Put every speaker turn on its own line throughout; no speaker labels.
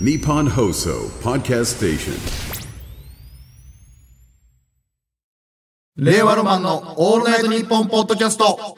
Nippon Hoso Podcast Station.
令和ロマンのオールナイトニッポンポッドキャスト。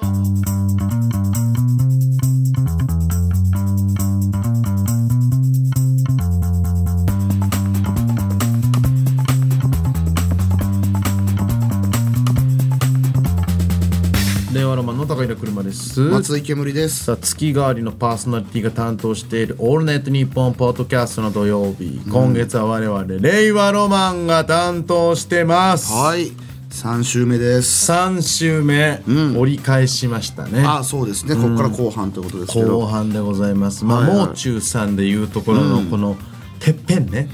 令和ロマンの高井の車です
松井けむりです。
さあ月替わりのパーソナリティが担当している「オールナイトニッポン」ポッドキャストの土曜日、今月は我々令和ロマンが担当してます、
はい、三週目です。
3週目、折り返しましたね
あ、そうですね。ここから後半ということですけ
後
ど。
半でございますまあ、
はいはい
もう中さんでいうところのこの、てっぺんね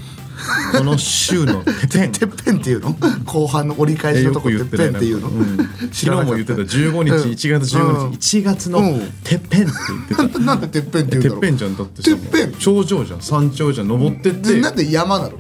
この週のてっぺ ん
てっぺんっていうの？後半の折り返しのとこてっぺんっていうの？知ら
昨
な
日
かた
も言ってた15日
うん
1月15
うん
日、1月の
うん
てっぺんって言ってた
なんでてっぺんってい
て
うん
っ
だ
ぺ
ろ
んじゃんだってさ
てっぺん
頂上じゃん山頂じゃん登ってって、
う。なんで山なの？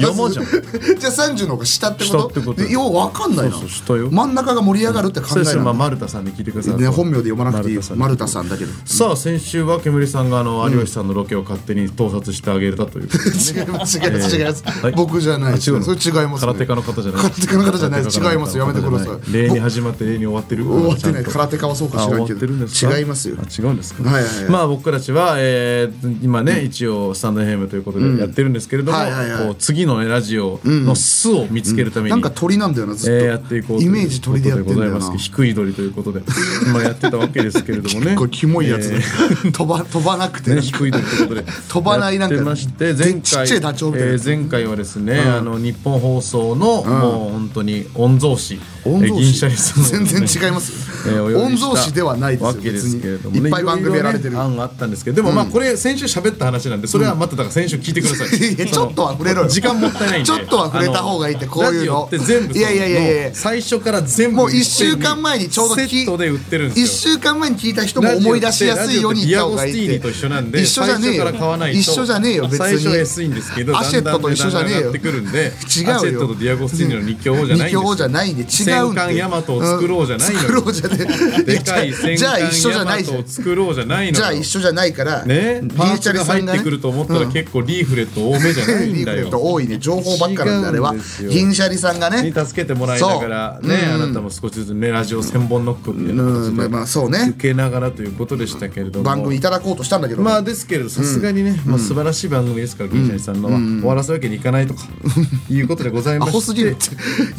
山じゃん
じゃあ三十の方が下ってこと？
下ってこと
でようわかんないな。
そうそう下よ
真ん中が盛り上がるって考
そ
え
うです
な
よ、まあ、
の。
丸田さんで聞いてください。
ね本名で読まなくていい
さん
丸田さんだけど。
さあ先週は煙さんがあの有吉さんのロケを勝手に盗撮してあげた という、
違います違います違います
はい
僕じゃないです
あ違うの
それ違いますね
空手家の方じゃない
空手家の方じゃないです違いますやめてください
例に始まって例に終わってる
終わってない
ちゃんと
空手家はそうか知らんけど
あ終わってるんですか
違いますよ
あ違うんですか、
はいはいはい
まあ僕たちは、えー今ね、一応スタンドヘムということでやってるんですけれども、
はいはいはい
こう次のねラジオの巣を見つけるために、
なんか鳥なんだよなずっと、
えーやっていこうと
イ
う
メージ鳥でやってんだよ
ことご
な
ざ
い
ます低い鳥ということで今やってたわけですけれども ね
結構キモいやつだ
え
よ
ー
飛ば飛ばなくて
ね、低いということで
飛ばないなんか
やってまして前回
でちっちゃいダチョウみたいな
えー前回はですね、あの日本放送の、もう本当に御曹司
御
えー
曹
銀シャリ
司
さんを
全
ね
然違います
え
よ、
ーお呼
御
びし
曹
た
司ではないですよ
わけですけれども、
別にいっぱい番組やられてる、
いろいろね案があったんですけどでも、まあこれ先週喋った話なんでそれはまただから先週聞いてください
いやちょっとは触れろよ
時間もったいないんで
ちょっとは触れた方がいいってこういうの
あラジオって全部
いやいやいやいや
もう最初から全部
もう1週間前にちょうど
セ
聞い
ットで売ってるんです
1
よ
週間前に聞いた人も思い出しやすいように言った方がいいって
ラジオってディアゴスティーニと一緒なんで
一緒じゃねえ
最初から買わな
よ
いと
一緒じゃねえよ別に
最初は安いんですけど
アシェットと一緒じゃねえよ
だんだんだんだん上がってくるんで
違うよ
アシェットとディアゴスティーニの二強じゃないんですよ
二強じゃないんで違うんで
戦艦ヤマトを作ろうじゃないのよ
作ろうじゃねえ
でかい戦
じゃあ
艦
一緒じゃ
ヤ
な
マ
いじゃ
ト
ん
を作ろうじゃないの
じ
よ
ゃあ一緒じゃないから
ね
リ
パ
ー
ー
チャ
ツ
ル
が
さん
入っ
がね
てくると思ったら結構リーフレット多めじゃない
リ
ん
ーフ
だ
レ
よ
ット多いね情報ばっかなんであれは
違うんですよ
銀シャリさんがね
に助けてもらいながらね、あなたも少しずつねラジオ千本ノックみたいな
う
形
んまあ
で
まあそうね
受けながらということでしたけれども
番組いただこうとしたんだけど
まあですけれどさすがにね、まあ、素晴らしい番組ですから銀シャリさんのは、終わらすわけにいかない とかいうことでござい
ア
ま
ホすぎるっ
して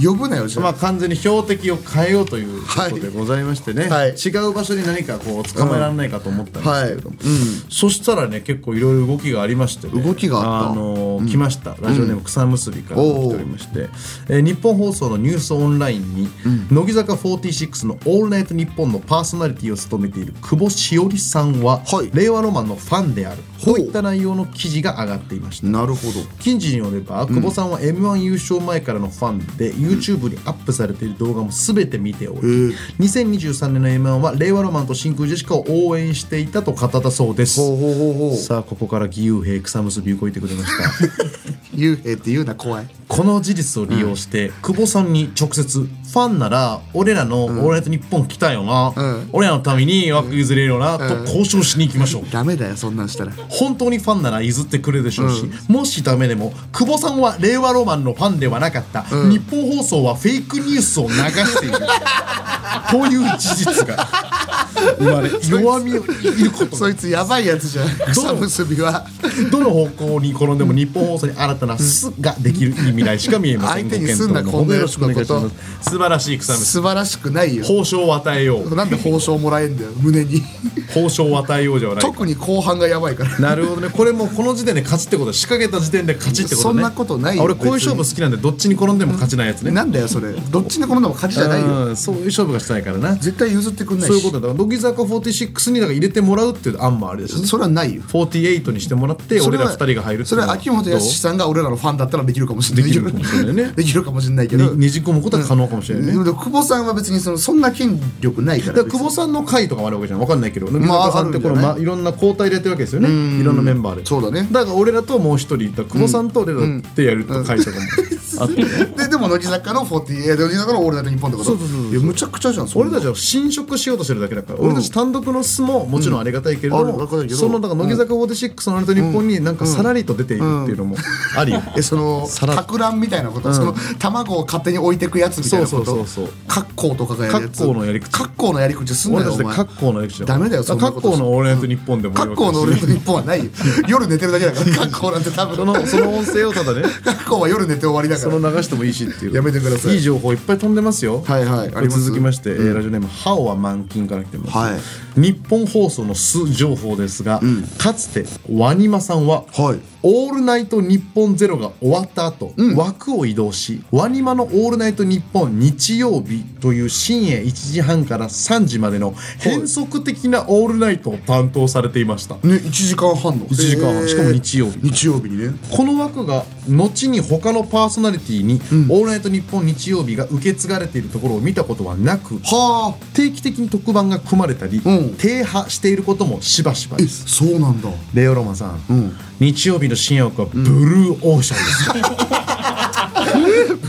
呼ぶなよじゃ
ま
あ
あ完全に標的を変えようということで
はい
ございましてね、
はい
違う場所に何かこう捕まえられないかと思ったんです
は
け
い
れども、そしたらね結構いろいろ動きがありまして、ね、
動きがあった
あのー来ましたラジオネーム草むすびから
おう
来ておりまして、えー日本放送のニュースオンラインに、乃木坂46の「オールナイトニッポン」のパーソナリティを務めている久保しおりさんは、
はい
令和ロマンのファンである
ほう
といった内容の記事が上がっていました。
なるほど
近日によれば久保さんは m 1優勝前からのファンで、YouTube にアップされている動画も全て見ており、2023年の m 1は令和ロマンと真空ジェシカを応援していたと語ったそうです
ほうほうほうほう
さあここから義勇兵草結び動いてくれ ました
幽閉って言うな怖い
この事実を利用して、久保さんに直接ファンなら俺らの「オールナイトニッポン」来たよな、
ん
俺らのために枠譲れるよな、と交渉しに行きましょう
ダメだよそんなんしたら
本当にファンなら譲ってくれるでしょうし、もしダメでも久保さんは令和ロマンのファンではなかった、日本放送はフェイクニュースを流して いるという事実が生まれ弱みをいること
そいつやばいやつじゃん草結びは
どの方向に転んでも日本放送に新たな「す」ができる未来しか見えません
相手にすんな
ご検討のほどよろしく
こ
お
んな
願
や
いします素晴らしい草む
素晴らしくないよ
報奨を与えよう
なんで報奨もらえんだよ胸に
報奨を与えようじゃない
特に後半がやばいから
なるほどねこれもうこの時点で勝ちってことは仕掛けた時点で勝ちってことね
そんなことないよ
あ俺こういう勝負好きなんでどっちに転んでも勝ちないやつね
なんだよそれどっちに転んでも勝ちじゃないよ
うんそういう勝負がしたいからな
絶対譲ってくんないし
そういうことだから乃木坂46にだから入れてもらうっていう案もあるでしょ
それはないよ
48にしてもらって
それ
俺
は
ら2人が入るって
そ
いう
れ
の
は秋元康さんが俺らのファンだったらできるかもしれない
できるかもしれない ね
できるかもしれないけ
ど
ど
うねじ込むことは可能かもしれないね
でも久保さんは別にそのそんな権力ないから
だから久保さんの回とかもあるわけじゃん分かんないけど乃木坂さんってこ
あ
の、
るんじゃない
まいろんな交代でやってるわけですよねいろんなメンバーで
そうだね
だから俺らともう一人いた久保さんと俺らってやると会社がもう
ででも乃木坂の48乃木坂のオールナイトニッポンってこと
そうそうそうそう
いやむちゃくちゃじゃんそん
俺
な
たちは侵食しようとしてるだけだから、俺たち単独の巣ももちろんありがたいけれど
うんありがた
も、
いけど
そのだから乃木坂46のあれと日本になんかさらりと出ているっていうのもあ りよ、
えその
さら
かく乱みたいなこと、その卵を勝手に置いてくやつみたいなこと
そうそうそうそう
格好とかがやるやつ
格好のやり口
格好のやり口すんな
俺た
よ
ち
お
で
前
格好のエクション
ダメだよそんなこと
格好のオールナイト日本でもいいわけ
格好の俺と日本はない よ夜寝てるだけだから格好なんて多分
そのその音声をた だね
格好は夜寝て終わりだ
そ
から
の流してもいいしっていう
やめてください
いい情報いっぱい飛んでますよ
はいはいあります
続きまして、えーラジオネーム「ハオは満金」から来てます、
はい
日本放送の素情報ですが、かつてワニマさんは、
はい
オールナイト日本ゼロが終わった後、枠を移動しワニマの「オールナイト日本日曜日」という深夜1時半から3時までの変則的なオールナイトを担当されていました、
ね1時間半の1
時間半しかも日曜日
日曜日にね
この枠が後に他のパーソナリティに「オールナイトニッポン日曜日」が受け継がれているところを見たことはなく
はあ
定期的に特番が組まれたり、
うん
停波していることもしばしば
え
です
そうなんだ
レオロマンさん、日曜日の新枠はブルーオーシャンです、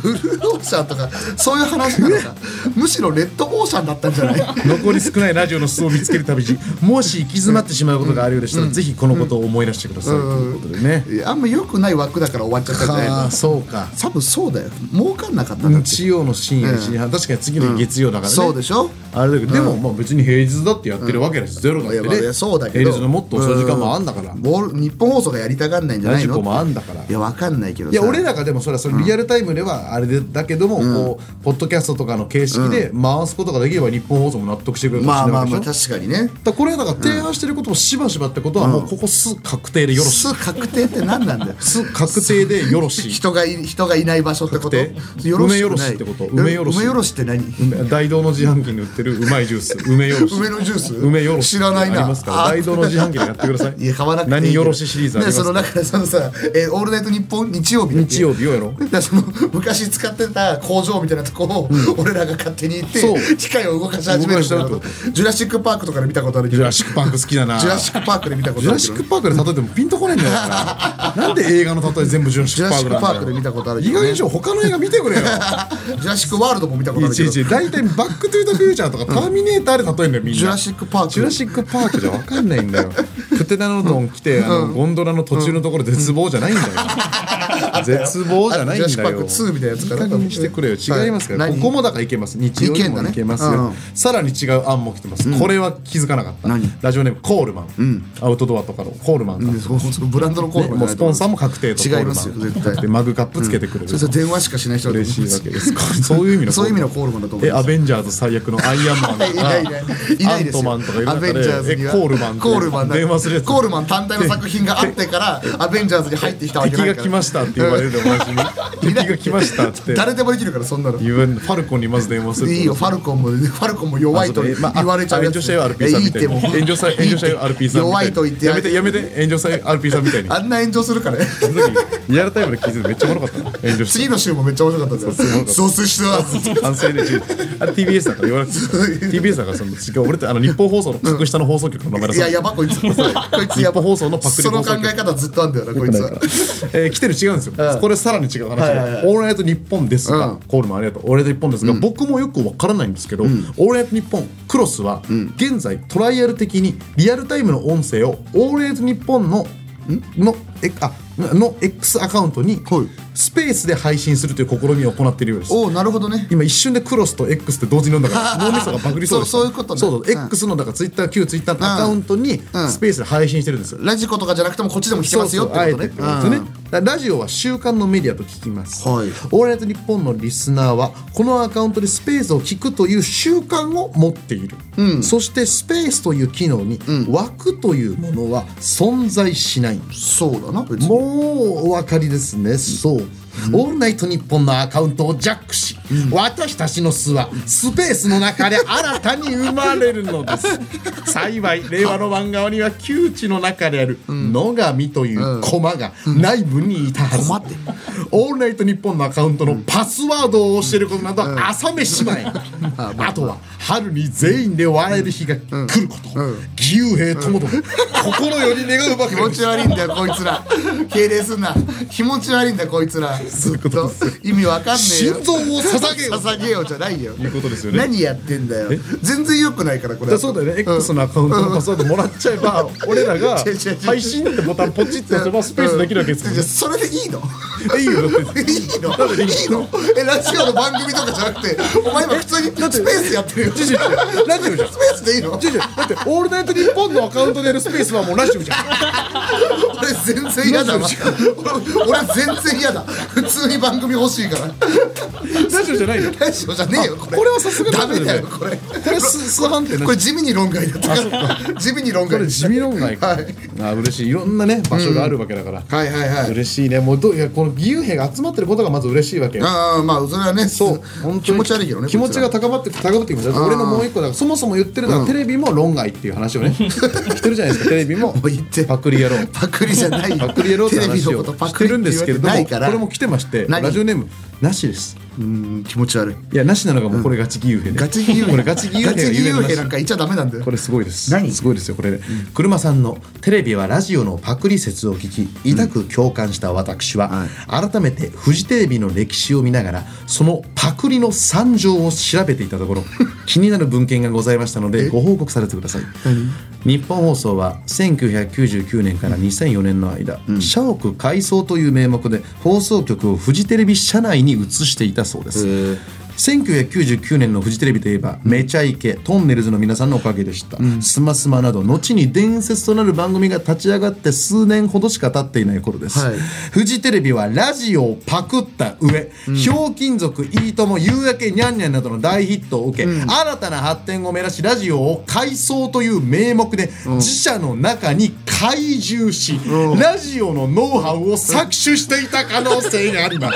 ブルーオーシャンとかそういう話なのかむしろレッドオーシャンだったんじゃない
残り少ないラジオの巣を見つけるたびにもし行き詰まってしまうことがあるようでしたら、ぜひこのことを思い出してください、ということでね、
いやあんま良くない枠だから終わっちゃったんじゃない
ああ
の
そうか
多分そうだよ儲かんなかったんだって
日曜の深夜1時半、確かに次の日月曜だからね、
そうでしょ
あれだけど、でもまあ別に平日だってやってるわけです、ゼロだって
いやまあい
ね
やそうだけど
平日のもっと遅い時間もあんだから、
ボール日本放送がやりたがんないんじゃ
ラ
ない
ジ
の
コもあんだから
いやわかんないけど
いや俺
ら
らがでもそれはそれリアルタイムではあれでだけども、こうポッドキャストとかの形式で回すことができれば日本放送も納得してくれるかもし
まあま
れない
あ
わけ
まあ
でしょ
確かにね
だからこれはだから提案してることもしばしばってことはもうここす確定でよろしい、
数確定って何なんだ よ
す確定でよろしい
人がい人がいない場所ってこと
確定梅よろしってこと梅
梅
よ
よ
ろ
ろ
し
し梅よろしって何
大道の自販機に売ってるうまいジュース梅よろし
梅のジュース
梅よろし
知らないな
ありますから
あ
大道の自販機でやってください
いや買わなくていい
何
けど
よろしシリーズありま
ね
す
その
か
だからそのさ「えーオールナイトニッポン」日曜日だっけ
日曜日をやろう
だからその昔使ってた工場みたいなとこを俺らが勝手に行って、
そう
機械を動かし始めるみたいな
動かし
ジュラシック・パークとかで見たことあるけ
ジュ
ど
ラシック・パーク好きだな
ジュラシック・パークで見たこ
ジ
とあ
ュラ
る
シ
け
ッ
ど
ク・パークで例えてもピンとこないんだよな なんで映画の例え全部ジュラシ
ジュ
ック・
ラ
パー
シック・パ
クなんだ
ー
よ
クで見たことある
いい加減にし
ジ
ろ他の映画見てくれよ
ュラシック・ワールドも見たことあ
い
る
ち
け
い
ど
ち大体バック・トゥ・ザ・フューチャーとかターミネーターで例えるんだよみんな
ジュラシック・パーク
ジュラシック・パークじゃ分かんないん だよプテナノドン来てあのゴンドラの途中のところ絶望じゃないんだよ絶望じゃないんだよ
ジュラシックパーク2みたいなやつかない
い加減にしてくれよ違いますから、
はい
ここもだからいけます日曜日もいけますよ、
いけんだね
さらに違う案も来てます、これは気づかなかった
何
ラジオネームコールマン、アウトドアとかのコールマンさん
そのそのブランドのコー
ね、もうスポンサーも確定と
違いますよ
コールマン
絶対
でマグカップつけてくれる、
それさ電話しかしない人だと思
嬉
う
しいわけですそういう意味の
そういう意味のコールマンだと思い
え
ま
ア
す
ベンジャーズ最悪のアイアンマンと か
いないいないいないですよ
アントマンとかいる
ア
中で
ベンジャーズには
えコールマン
コールマン
電話するやつ
コールマン単体の作品があって からアベンジャーズに入ってきたわけ
敵
ないから
が来ましたって言われるでおなじみ敵が来ましたって
誰でもできるからそんなの
言わんファルコンにまず電話する
いいよファルコンもファルコンも弱いと
まあ
言われちゃうやつ
炎上したよ RP さ
や
んみたいに
いってもう
炎上した炎上したよ RP さんみ
弱
たい
い
に
と言って
やめてやめて炎上したよ RP さん みたいに
あんな炎上するからね
その時リアルタイムで気づいてめっちゃおもろかったな炎上し
次の週もめっちゃ面白かったんですよそうすしてます
た反省で違うあれ TBS だから言わなくていい TBS だからその違う俺ってあの日本放送の格下の放送局の名前だ
いややばこいつこいつやば
日本放送のパクリ
その
放
考
送局
え方ずっとあんだよなこいつは
えー来てる違うんですよ、これさらに違う話で、オールナイト日本ですが、コールもありがとう、オールナイト日本ですが、僕もよくわからないんですけど、オールナイト日本クロスは、現在、トライアル的にリアルタイムの音声を、オールナイト日本の、の、えあの X アカウントに
はい
スペースで配信するという試みを行っているようです。
おおなるほどね
今一瞬でクロスと X って同時に読んだか ら脳みそがバグりそうでした
そうそういうことね
そうそう
うん
X のだからツイッター旧ツイッターのアカウントに
ん
スペースで配信してるんですよ
ラジコとかじゃなくてもこっちでも聞けますよってことね
そうそうあえてってことですねだからラジオは習慣のメディアと聞きます、
はい
オールナイトニッポンのリスナーはこのアカウントでスペースを聞くという習慣を持っている、そしてスペースという機能に枠というものは存在しないんです
そうだな別
も
に
うお分かりですね、そう、オールナイトニッポンのアカウントをジャックし、私たちの巣はスペースの中で新たに生まれるの です幸い令和の漫画には窮地の中である野上という駒が内部にいたはず、
駒って
オールナイトニッポンのアカウントのパスワードを教えることなどは朝飯前、あとは春に全員で笑える日が来ること、義勇兵ともども心より願うばかり
気持ち悪いんだよこいつら敬礼すんな気持ち悪いんだよこいつら
そういうことですよ
意味わかんねえよ
心臓を捧げよ
捧げようじゃないよ
いうことですよね
何やってんだよ全然良くないからこれ
だそうだよね、X のアカウントのパスワードもらっちゃえば、俺らが
違う違う違う
配信ってボタンポチッと押せばスペースできるわけですもん
うん
ね。
それでいいの
いいよ、だって。
いいのいいのえラジオの番組とかじゃなくてお前今普通にスペースやってるよ
ジュジュラ ジオじゃん。
スペースでいいの
ジュジュだって、オールナイトニッポンのアカウントでやるスペースはもうラ ジオじゃん。
俺全然嫌だわ
ラジ
俺俺全然嫌だ普通に番組欲しいから
ラジオじゃないよ。
ラジオじゃねえよこれ
これはさすがに
ダメだ
ダメだ
よ
よ
これ
これ、す、すはんってな
これ地味に論外だったから地味に論
こ
外
れ地味論外か、
はい
あ嬉しいいろんなね場所があるわけだから、
はいはいはい
嬉しいねもうどういやこの義勇兵が集まってることがまず嬉しいわけよ
ああまあそれはね
そう本当に
気持ち悪いけどね
気持ちが
こい
高まって高まってきました俺のもう一個だからそもそも言ってるのは、テレビも論外っていう話を ねしてるじゃないですかテレビも
う言って
パクリ野郎
つらパクリじゃないよ
パクリ野郎っ
テ
て
レビ
話
のこ
を
とパ
し
ク
て
リ
るんですけれども
って言うわ
これも
ない
来てまして
何
ラジオネームなしです
から気持ち悪い
いやなしなのがもうこれガチ義勇兵で
ガチ義勇
これガチ義勇兵が
ガチ
言
義
える
勇
話
兵なんか言っちゃダメなんだよ
これすごいです。
何
すごいですよ、これ、車さんのテレビはラジオのパクリ説を聞き、痛く共感した私は、改めてフジテレビの歴史を見ながら、そのパクリの惨状を調べていたと ころ、気になる文献がございましたので、ご報告されてください。日本放送は1999年から2004年の間、社屋改装という名目で放送局をフジテレビ社内に移していたそうです。1999年のフジテレビといえば「めちゃイケ」「トンネルズの皆さんのおかげでした」スマスマ」など後に伝説となる番組が立ち上がって数年ほどしか経っていない頃です、
はい
フジテレビはラジオをパクった上「ひょうきん族」「いいとも」「夕焼け」「にゃんにゃん」などの大ヒットを受け、新たな発展を目指しラジオを改装という名目で自社の中に懐柔し、ラジオのノウハウを搾取していた可能性がありま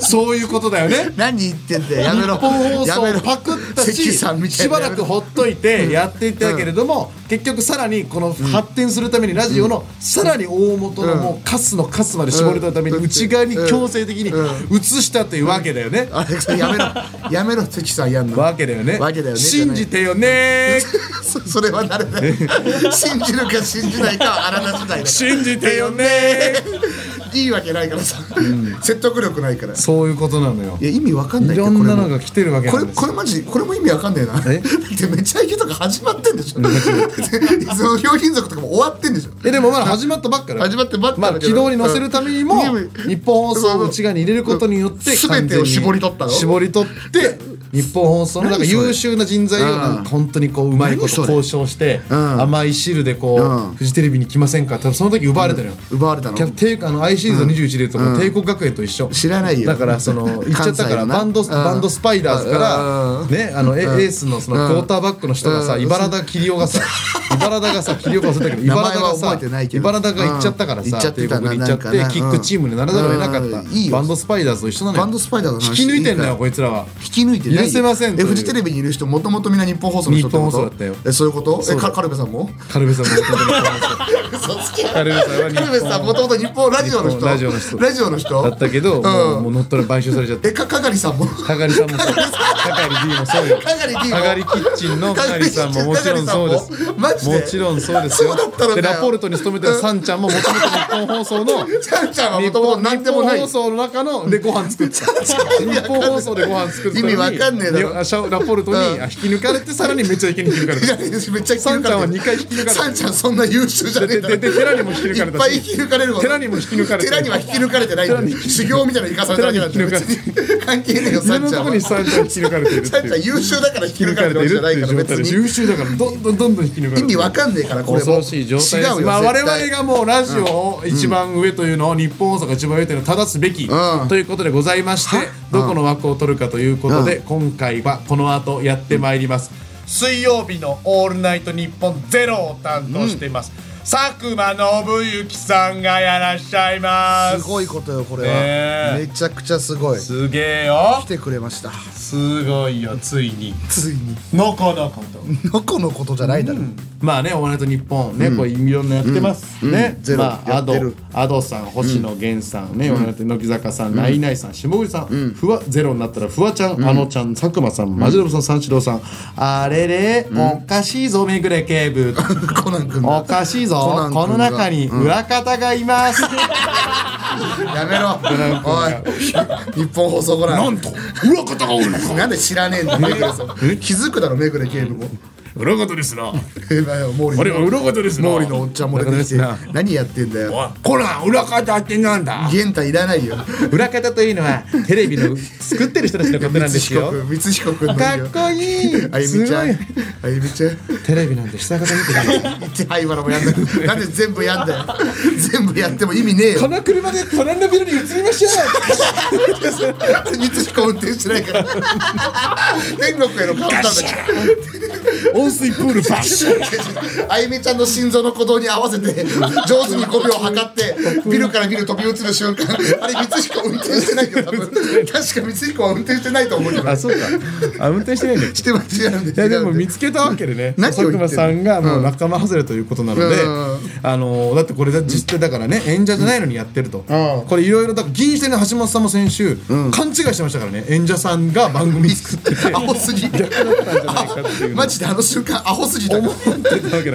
す そういうことだよね
何言ってんだよやめろ
日本放
やめろ
送パクった
関
し
さんみたい
し
な
ばらくほっといてやっていたけれども、結局さらにこの発展するためにラジオのさらに大元のもうカスのカスまで絞り取るために
うん
内側に強制的に移したというわけだよね。
あれそれやめろ やめろ関さんやんの
わけだよね。
わけだよね
信じてよね。
そそれは誰だよ 信じるか信じないかはあなた次第だか
信じて よね。
らいいわけないからさ、説得力ないからい
そういうことなのよ。
や意味わかんない
い
って
ろんな
こ
の
れも
が来てるわけ
こ
な
れ
んです
これマジこれも意味わかんねえなだってめちゃイケとか始まってんでしょそのひょうきん族とかも終わってんでしょ
えでもまだ始まったばっかだよ
始まってばっか
ま
だ
あ
けど
軌道に乗せるためにも
うん
日本放送の内側に入れることによって
うん全てを絞り取ったの
絞り取って日本放送のなんか
何それ
優秀な人材
う
を
ん
本当にこううまいこ
何そ
と
れ
交渉して
ん
甘い汁でこ
うん
うフジテレビに来ませんか多分その時奪われたのよ
奪われたの
キャプテンあの I シーズン21でいうとこの帝国学園と一緒
知らないよ
だからその言っちゃった
関西
から
のな
バンド
うん
バンドスパイダーズ
う
か
ん
らねあのエエースのそのクォーターバックの人がさ
うん
茨田桐生が さ茨田がさ桐生が忘れたけど
名前は
茨田が
覚
さ
えてないけど
茨田が行っちゃったから
うん行っちゃ
さ
っ
帝
てたな
国に行っちゃ
な
っ
んかな
てキックチームにならざるを得なかっ
う
た
んいいよ
バンドスパイダーズと一緒なのよ
バンドスパイダーズの
引
話
き抜いてんだ
いい
よ
か
こいつらは
引き抜いてないよ
許せませんと
え
いう
フジテレビにいる人もともとみんな日本放送の人ってこと
日本放送だったよ
えそういうことえ
うだ
かカルベさんも
カルベさんも本当に
嘘つき
カルベさんは日
カルベ
本
さんもともと日本ラジオの人
ラジオの人
ラジオの人
だったけどもうもう乗っ取られ買収されちゃって
えか係さんも
りさんもそうり D もそうよ
係 D も
りキッチンのりさんももちろんそうです
係さんもマジで
もちろんそうですよ
そうだったのかよ
でラポルトに勤めてたサンちゃんももともと日本放送の
ちゃんちゃんは
日
もともと
本
何でもない
日本放送の中のでご飯作った日本放送でご飯作ったのに
意味わかんねえだろ
でシャラポルトに
うん
あ引き抜かれてさらにめちゃイケに引き抜かれ
いや
て
めっちゃ引き抜かれてる
サンちゃんは二回引き抜かれてる
サンちゃんそんな優秀じゃねえから
ででで寺にも引き抜かれたし
いっぱい引き抜かれるわ
寺にも引き抜かれてる
寺には引き抜かれてないんだよ
寺に引き抜かれてる
修行みたいなの生かされただけなんだよ
寺に引
別に関係ねえよサ
上
ン
の
ちゃ
と
ん
こ
は
ろにサンちゃん引き抜かれているって
サンちゃん
いう
優秀だから引
引き
き
抜
抜か
かれ
れ
て
て
い
るわけ
るって
じゃない
い
から
う状
別
態で
に
優秀だからどんどんどんどん引き抜か
意
れてい
味
る
わかんねえからこれも
恐ろしい状態です
違うよ
まあ、我
絶対
々がもうラジオを一番上というのを、日本放送が一番上というのを正すべき、
ん
ということでございまして、どこの枠を取るかということで、今回はこの後やってまいります、水曜日の「オールナイトニッポンゼロを担当しています、佐久間信之さんがやらっしゃいます
すごいことよこれ
ね
はめ
え
ちゃくちゃすごい来
すげえよ
てくれました
すごいよついに
ついに
のこのこと
のこのことじゃないだろ
まあね、オールナイトニッポンね、これいろんなやってます、ね
うん。ゼロ
まあ、
や
ア
って
ド
る、
アドさん、星野源さんね、オールナイト乃木坂さん、ナイナイさん、下口さん、ふわ、ゼロになったら、フワちゃん、あのちゃん、佐久間さん、マジロブさん、三四郎さん。あれれ、おかしいぞ、めぐれ警部。
コナン君
お
が
かしいぞ
コナ
ぞ
ン君が
この中に裏方がいます、
やめろおい日本放送ごらん
なんと裏方がおる
なんで知らねえんだめぐれさん気づくだろめぐれ警部も
裏方ですな
えばよ毛利
俺は裏方ですな
毛利のおっちゃんも出てきて
裏方です
何やってんだよ
コナン裏方ってなんだ
元太いらないよ
裏方というのはテレビの作ってる人たちのことなんで
光
す
彦
よ
君光彦君の
かっこいい
あゆみ
す
ちゃ
ご
ん
い
あゆみちゃん
テレビなんて下方見てない
はい、今のもやんだよ。なんで全部やんだよ。全部やっても意味ねえ
こ
よ。
の車で隣のビルに移りましょう
三つしか運転してないから。天国へのカウンターだけ
温水プールバッシュ
あゆみちゃんの心臓の鼓動に合わせて、上手に5秒測って、ビルからビル飛び移る瞬間、あれ、三つしか運転してないよ、多分。確か三つしかは運転してないと思うけど。
あそうかあ運転してないんだ
してま違うん
いやでも
違うん
見つけたわけでね
何を
佐久
言
間
ってんの
さんがもう仲間外れということなので、
うん
あのだってこれだ実際だからね演者じゃないのにやってると、
うん
これいろいろだから議員しての橋本さんも先週、勘違いしてましたからね演者さんが番組作ってて
アホすぎ。マ ジであの瞬間、アホすぎた。意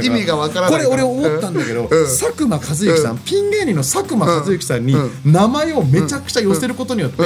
味がわからない
これ俺思ったんだけど、
うん
佐久間一行さん、ピン芸人の佐久間一行さんに名前をめちゃくちゃ寄せることによって、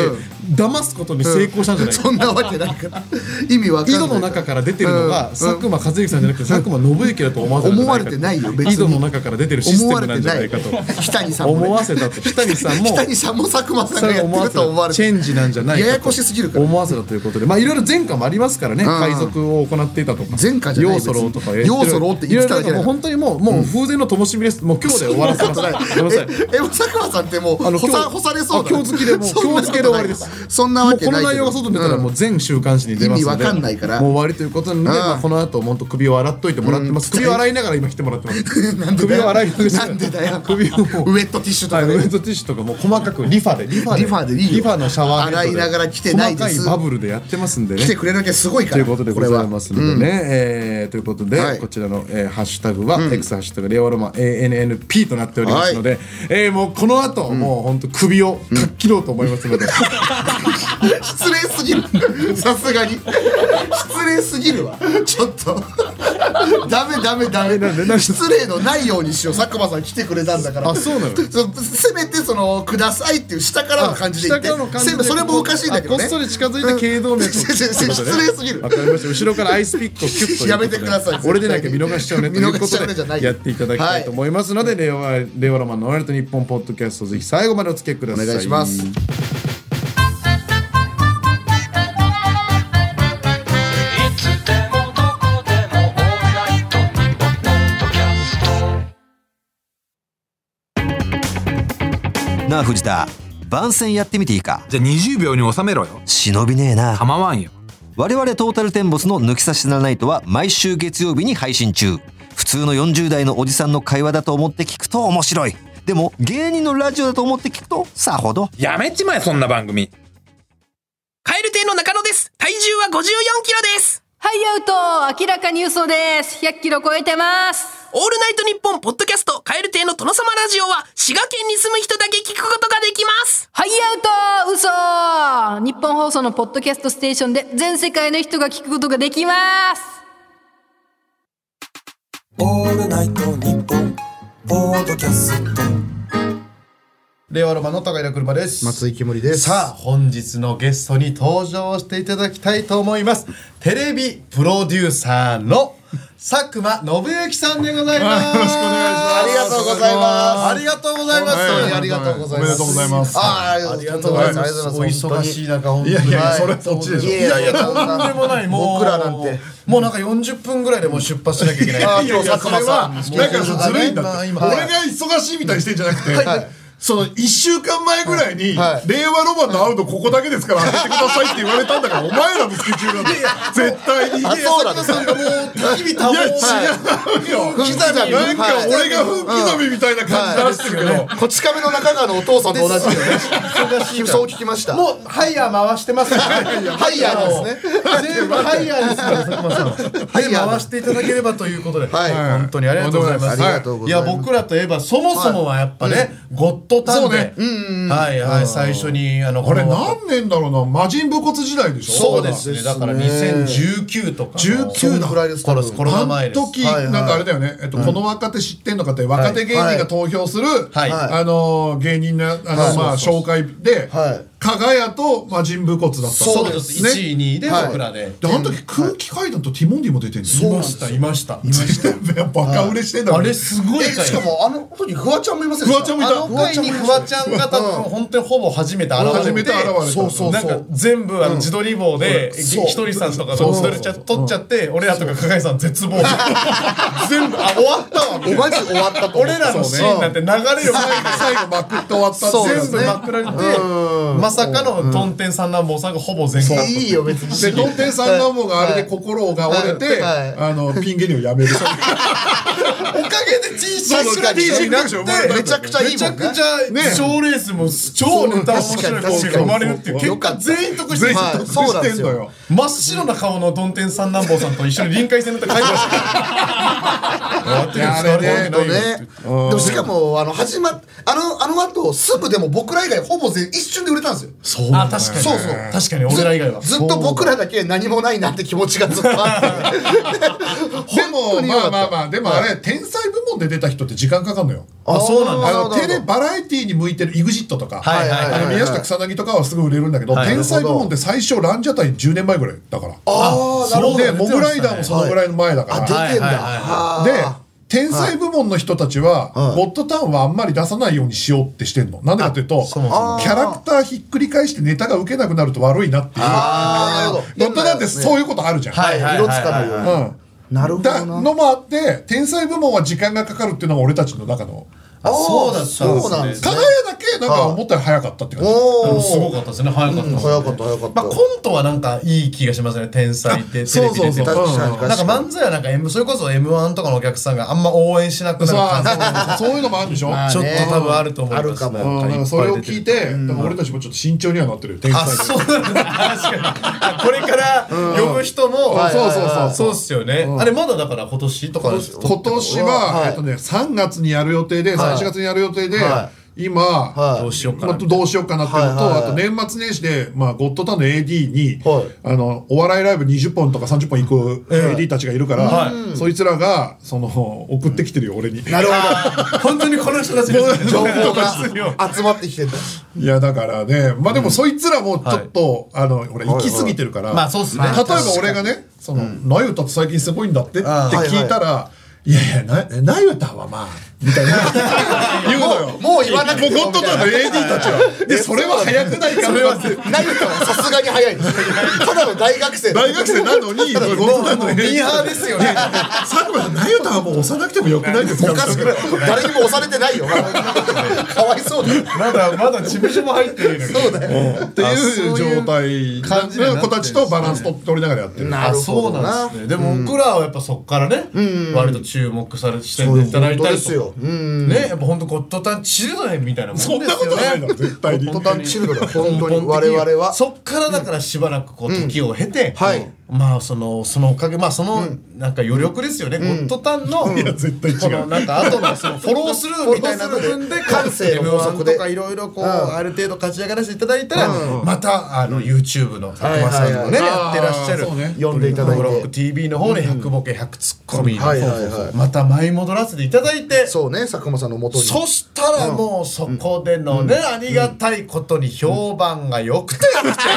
騙すことに成功したんじゃないか、
そんなわけないから。意味わかん
井
ない。
戸の中から出てるのが、佐久間一行さんじゃなくて佐久間信之だと思わせたんじゃ
思われてないよ別に
井戸の中から出てるシス
思
テ
われ
ムな
て
んじゃ
な
ない
い
かと
日谷さんもね
思わせたと北谷さんも
北谷さんも佐久間さんがやってると思われ
チ
て
ェンジなんじゃないかと
ややこしすぎるから
思わせたということでまあいろいろ前科もありますからね海賊を行っていたとか
前科じゃない
要
別
素
に
郎とか
要素郎って言ってただけ
い
だよ
ろいろなんかもう本当にもうもう風前の灯火ですもう今日で終わら せます
そんなこと
ごめ
ない
んなさい
ええ佐久間さんってもう
あの
干
今
さ
日
干されそうだね
あ今日付きでもう
そんな
今日付けで終わりです
そんな
も
わ
う
け
こ
な
の
い
内容が外に出たらもう全週刊誌に出ますの
意
で
味わかんないから
もう終わりということなので、まあ、この後もっと首を洗っといてもらってます、首を洗いながら今来てもらってます
なんでだ
首
よ
を洗いながら
なんでだよ
首をもう
ウエットティッシュと
は
か
い、
ね
ウエットティッシュとかもう細かくリファでリファで
リファでいいよ
リファのシャワーヘッドで
洗いながら来てないです
細かいバブルでやってますんでね
来てくれるだけすごいから
ということでございますので
これ
ね
は、
えーということで、
はい
こちらの、えーハッシュタグは、X ハッシュタグ令和ロマン ANNP となっておりますので、えーもうこの後、もう本当首をかっきろうと思いますので、
うん失礼すぎ るさすがに失礼すぎるわちょっとダメダメダメ
なんでなんで
失礼のないようにしよう佐久間さん来てくれたんだから
あそうなの
そせめてその「ください」っていう下からの感じで言って
あ下からの感じ
せめ
で
それもおかしいんだけどね
あこっそり近づいて頸動 脈
う
を
んせせせ失礼すぎる
わかりました後ろからアイスピックをキュッと
やめてください
とうことで俺でなきゃ見逃しちゃうねとい
見
う
逃
こ
しちゃうねじ
と
ゃない
でやっていただきたいと思いますので、令和令和ロマンの「オールナイトニッポン」ポッドキャストぜひ最後までお付き合いください
お願いします
いつでもどこでもオールナイトニッポンポッドキャスト
なあ藤田番宣やってみていいか
じゃあ20秒に収めろよ。
忍びねえな
構わんよ。
我々トータルテンボスの抜き差しならないとは毎週月曜日に配信中普通の40代のおじさんの会話だと思って聞くと面白いでも芸人のラジオだと思って聞くとさほど
やめちまえ、そんな番組。
カエル亭の中野です。体重は54キロです。
ハイアウト明らかに嘘です。100キロ超えてます。
オールナイトニッポンポッドキャスト、カエル亭の殿様ラジオは、滋賀県に住む人だけ聞くことができます。
ハイアウト嘘日本放送のポッドキャストステーションで全世界の人が聞くことができます。
令和ロマンの高平車です
松井きもりです
さあ本日のゲストに登場していただきたいと思いますテレビプロデューサーの佐久間信之さんでございますよろしくお願いします
ありがとうございます
ありがとうございます、
本当にありがとうございますあー
ありがとうございます
ありがとうご
お
ざいます
忙しい中本当に
いやいやそれ
そっちで
しょいやいやとん
とんでもないもう
僕らなんて
もうなんか40分ぐらいでもう出発しなきゃいけない
あー今日佐久間さん
いやいやそれはだからずるいんだって今
俺が忙しいみたいにしてんじゃなくて、その1週間前ぐらいに、
はい
令和ロマンのアウトここだけで すから当ててくださいって言われたんだから、お前らのスケジュールなんだよ絶対に。いや、
あそうなの
さんがもう、焚き火多
いや違
違うよ。
刻み
なんか俺が分刻みみたいな感じ出してるけど、
こち亀の中川のお父さんと同じだよねそう聞きました
もうハイヤー回してますハ
イヤーですね
全部ハイヤーですから佐久間さんハイヤー回していただければということで
はい
本当にありがとうございます
ありがとうございます
や僕らといえばそもそもはやっぱねゴッドト探偵、
そうね
はいはい最初にあの
あれ
この
何年だろうな魔人武骨時代でしょ
そうですねだから2019とかの
19だ
そのくらいですコロコロナ前
あの
です
時なんかあれだよね、えっと、この若手知ってんのかって若手芸人が投票する、
はい
あのー芸人のあの、まあ、紹介で、
はい
加賀屋と魔人武骨だった
そうです
ね
1位2位で僕らで、
であの時空気階段とティモンディも出てるんです
いました いました
やっぱバカ売れしてんだ
あ
もんね
れすごい
えしかもあの時フワちゃんもいません
フワちゃんもい
あ
た
の回にフワちゃんが多分本当にほぼ初めて現れて
初めて現れた
そうそうそうなんか全部あの自撮り棒で
そう
ひとりさんとかの自撮りちゃ撮っちゃって俺らとか加賀井さん絶望全部あ終わったわみたいな
マジ終わったと思う
俺らのシーンなんて流れる前に
最後まくって終わった
全部まくられてまさかのとんてん三男坊さんがほぼ全
いや
冠
いいよ別に
で、ドンテンさんがもうがあれで心が折れて、
はい
あの、ピン芸人を辞める。
おかげで T シャツ
確か
が
に
T シャツになって
めちゃくちゃいいもんね
めちゃくちゃ
ね
賞レースも超ネタ面白いコンビが生まれるっていう結果全員得してる
全員得してんのよ。
真っ白な顔のどんてん三男坊さんと一緒に臨海線のって書いてましたよ
や
あ
あ
れ
れ
ね
ね
えっとね、でもしかもあの始まっあのあの後すぐでも僕ら以外ほぼ全員一瞬で売れたんですよ。
そうあ確かに
そうそう
確かに俺ら以外は
ずっと僕らだけ何もないなって気持ちがずっと あって。
でも、
に良
ま
か
あ
った
まあまあ、でもあれ、天才部門で出た人って時間かかるのよ。
あそうなんだ
あの、テレバラエティーに向いてる EXIT とか、
はいはいはい
あの宮下草薙とかはすぐ売れるんだけど、
はい
天才部門って最初、ランジャタイ10年前ぐらいだから。
ああなるほど。
で、モグライダーもそのぐらいの前だか
あ
ら。
出てんだ。
はいはいはい
あー
で天才部門の人たちは、ゴッドタウンはあんまり出さないようにしようってしてんの。なんでかっていうと、キ
もそも
ャラクターひっくり返してネタが受けなくなると悪いなっていう。
あーなるほど
ゴッドタウンってそういうことあるじゃん。
はいはい
色つかむように。
うん
なるほ
だ
どな。
のもあって、天才部門は時間がかかるっていうのが俺たちの中の。
あそうだった
そうなん
ん
で
ですす
加
ね
賀屋だけなんか思ったより早かったって感じ。
おお。
すごかったですね早かったですね
早かった早かった
まあコントはなんかいい気がしますね天才ってテレビ
そう
出
そ
て
う
も
そ
確
う
かに確かに
なんか漫才はなんか M それこそ M1 とかのお客さんがあんま応援しなくなる
さ
感じ
あそうそういうのもあるでしょ。
ちょっと多分あると思います、
あるかも
うんだからそれを聞いて、
うん
だから俺たちもちょっと慎重にはなってるよ。天
あ、
才部門
そうなんだ。確かに。これから呼ぶ人も、
んそうそうそう
そうっすよね。あれまだだから今年とかですよ
今年は、
はい
えっとね、3月にやる予定で、3、4月にやる予定で、
は
今、
どうしようか
ま
な
あ、。どうしようかなっていうのと、あと年末年始で、まあ、ゴッドタウンの AD に、
はい
あの、お笑いライブ20本とか30本行く AD たちがいるから、そいつらが、その、送ってきてるよ、俺に。
なる
本当にこの人たちです
ほど。情報
するよ
が集まってきてる。
いや、だからね、まあでもそいつらもちょっと、あの、ほら、行き過ぎてるから、
まあそうっすね
例えば俺がね、その、何歌って最近すごいんだってって聞いたら、いやいや、な、なゆたはまあ、みたいな。言うのよ。
もう言わなくて
もうゴッドタウンの AD たちは。で、それは早くないかなって。
なゆたはさすがに早いです。ただの大学生だ
大学生なのに、ゴッドタウンの AD。
ミーハーですよね。
佐久間さん、なゆたはもう押さなくてもよくないですか
おかしくない誰にも押されてないよ。かわいそうだよ。
まだまだ事務所も入っているのに。
そうだよ。
っていう状態
感じになって
の
る
子たちとバランス取りながらやってる。
な
あ
る
そ
ほ
う
ど
な。
なん
ですね。でも僕らはやっぱそこからね、割と注目され視点でいただいたり
そういうことと
かね、やっぱ本当ゴッドタンチルドレンみたいなもんです
そ
よ
ん
ね。
なことないだろ、絶対に。
トタンチルドが本当に我々は。
そっからだからしばらくこう時を経て、
はい
まあそのそのおかげまあそのなんか余力ですよね、ゴッドタンの、
いや絶対違う
このなんか後のそのフォロースルーみたいな部分で
フォロースルーで感性の法
M1
則で
とかいろいろこう、ある程度勝ち上がらせていただいたら、またあの YouTube の佐久間さんもね、
はいはいはい
やってらっしゃる
あーそうね
呼んでいただい
ブロッ
て
ク。TV の方で100ボケ100ツッコミ、
はいはいはい
また舞い戻らせていただいて
そうね、佐久間さんの元に。
そしたらもうそこでのね、ありがたいことに評判が良くて、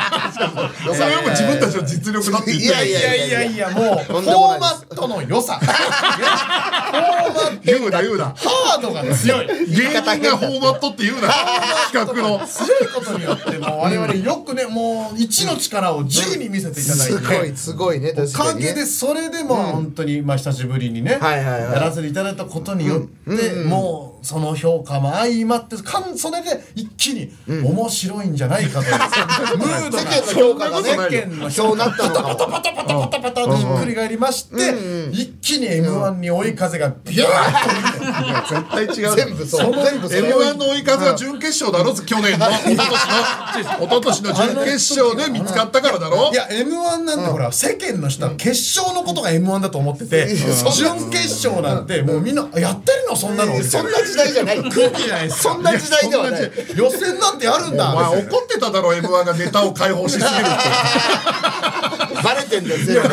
それはもう自分たちの実力だって言ってる
いやいや
いやいやもうフォ
んでもな
ー
い
マ
です
ットの良さねフォーマット
言うな言うな
ハードが強い強い
芸人がフォーマットって言うな企画の
ことによってもう我々よくねもう1の力を10に見せていた
す
だ
ご
い
い、
て。
すごいね、
お
確か
か
に
げ
ね。
でそれでも本当にまあ久しぶりにね
はいはいはい
やらせていただいたことによってもうその評価も相まってかんそれで一気に面白いんじゃないかと いうムードが
世間の評価がね
世間の評
そうなったのかも。
パタパタパタパタとひっくり返りまして、一気に M1 に追い風がビューッと
絶対違う
全部そう。全部そ
m
れを言
1
う。
の追い風は準決勝だろ去年の 一昨年の一昨年の準決勝で見つかったからだろ
いや M1 なんてほら世間の人は決勝のことが M1 だと思ってて準決勝なんてもうみんなやってるのそんなの
そんな時時代じゃない
空気じゃないですか
そんな時代ではない
やそん時代予選なんてあるんだお前怒ってただろ m 1がネタを解放しすぎる
バレてんだよ全部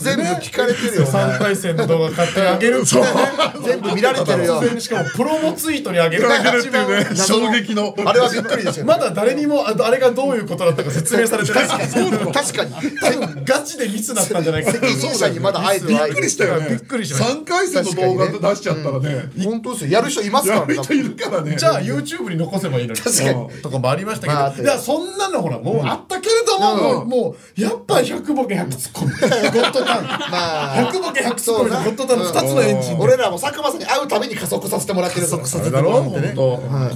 全部聞かれてるよお前
3回戦の動画買ってあげるそう
全部見られてるよ
しかもプロモツイートにあげるあげるっていうね
衝撃の
あれはびっくりですよね
まだ誰にもああれがどういうことだったか説明されてない
確かに
ガチで密だったんじゃないか
責任者にまだ会えて
びっ
ない
くりしたよね
びっくりしました
3回戦の動画で出しちゃったらね
本当ですよやる人いますか
や
らね
る人いるからね
じゃあ YouTube に残せばいいのに
確かに
うんとかもありましたけど、
まああったよ
いやそんなのほらもうあったけれども、
うん
もうもうやっぱ100ボケ100ツッコミゴッドタウン、
まあ
100ボケ100ツッコミとゴッドタウン2つのエンジンで
俺らも佐久間さんに会うために加速させてもらってる加速さ
あれだろ本当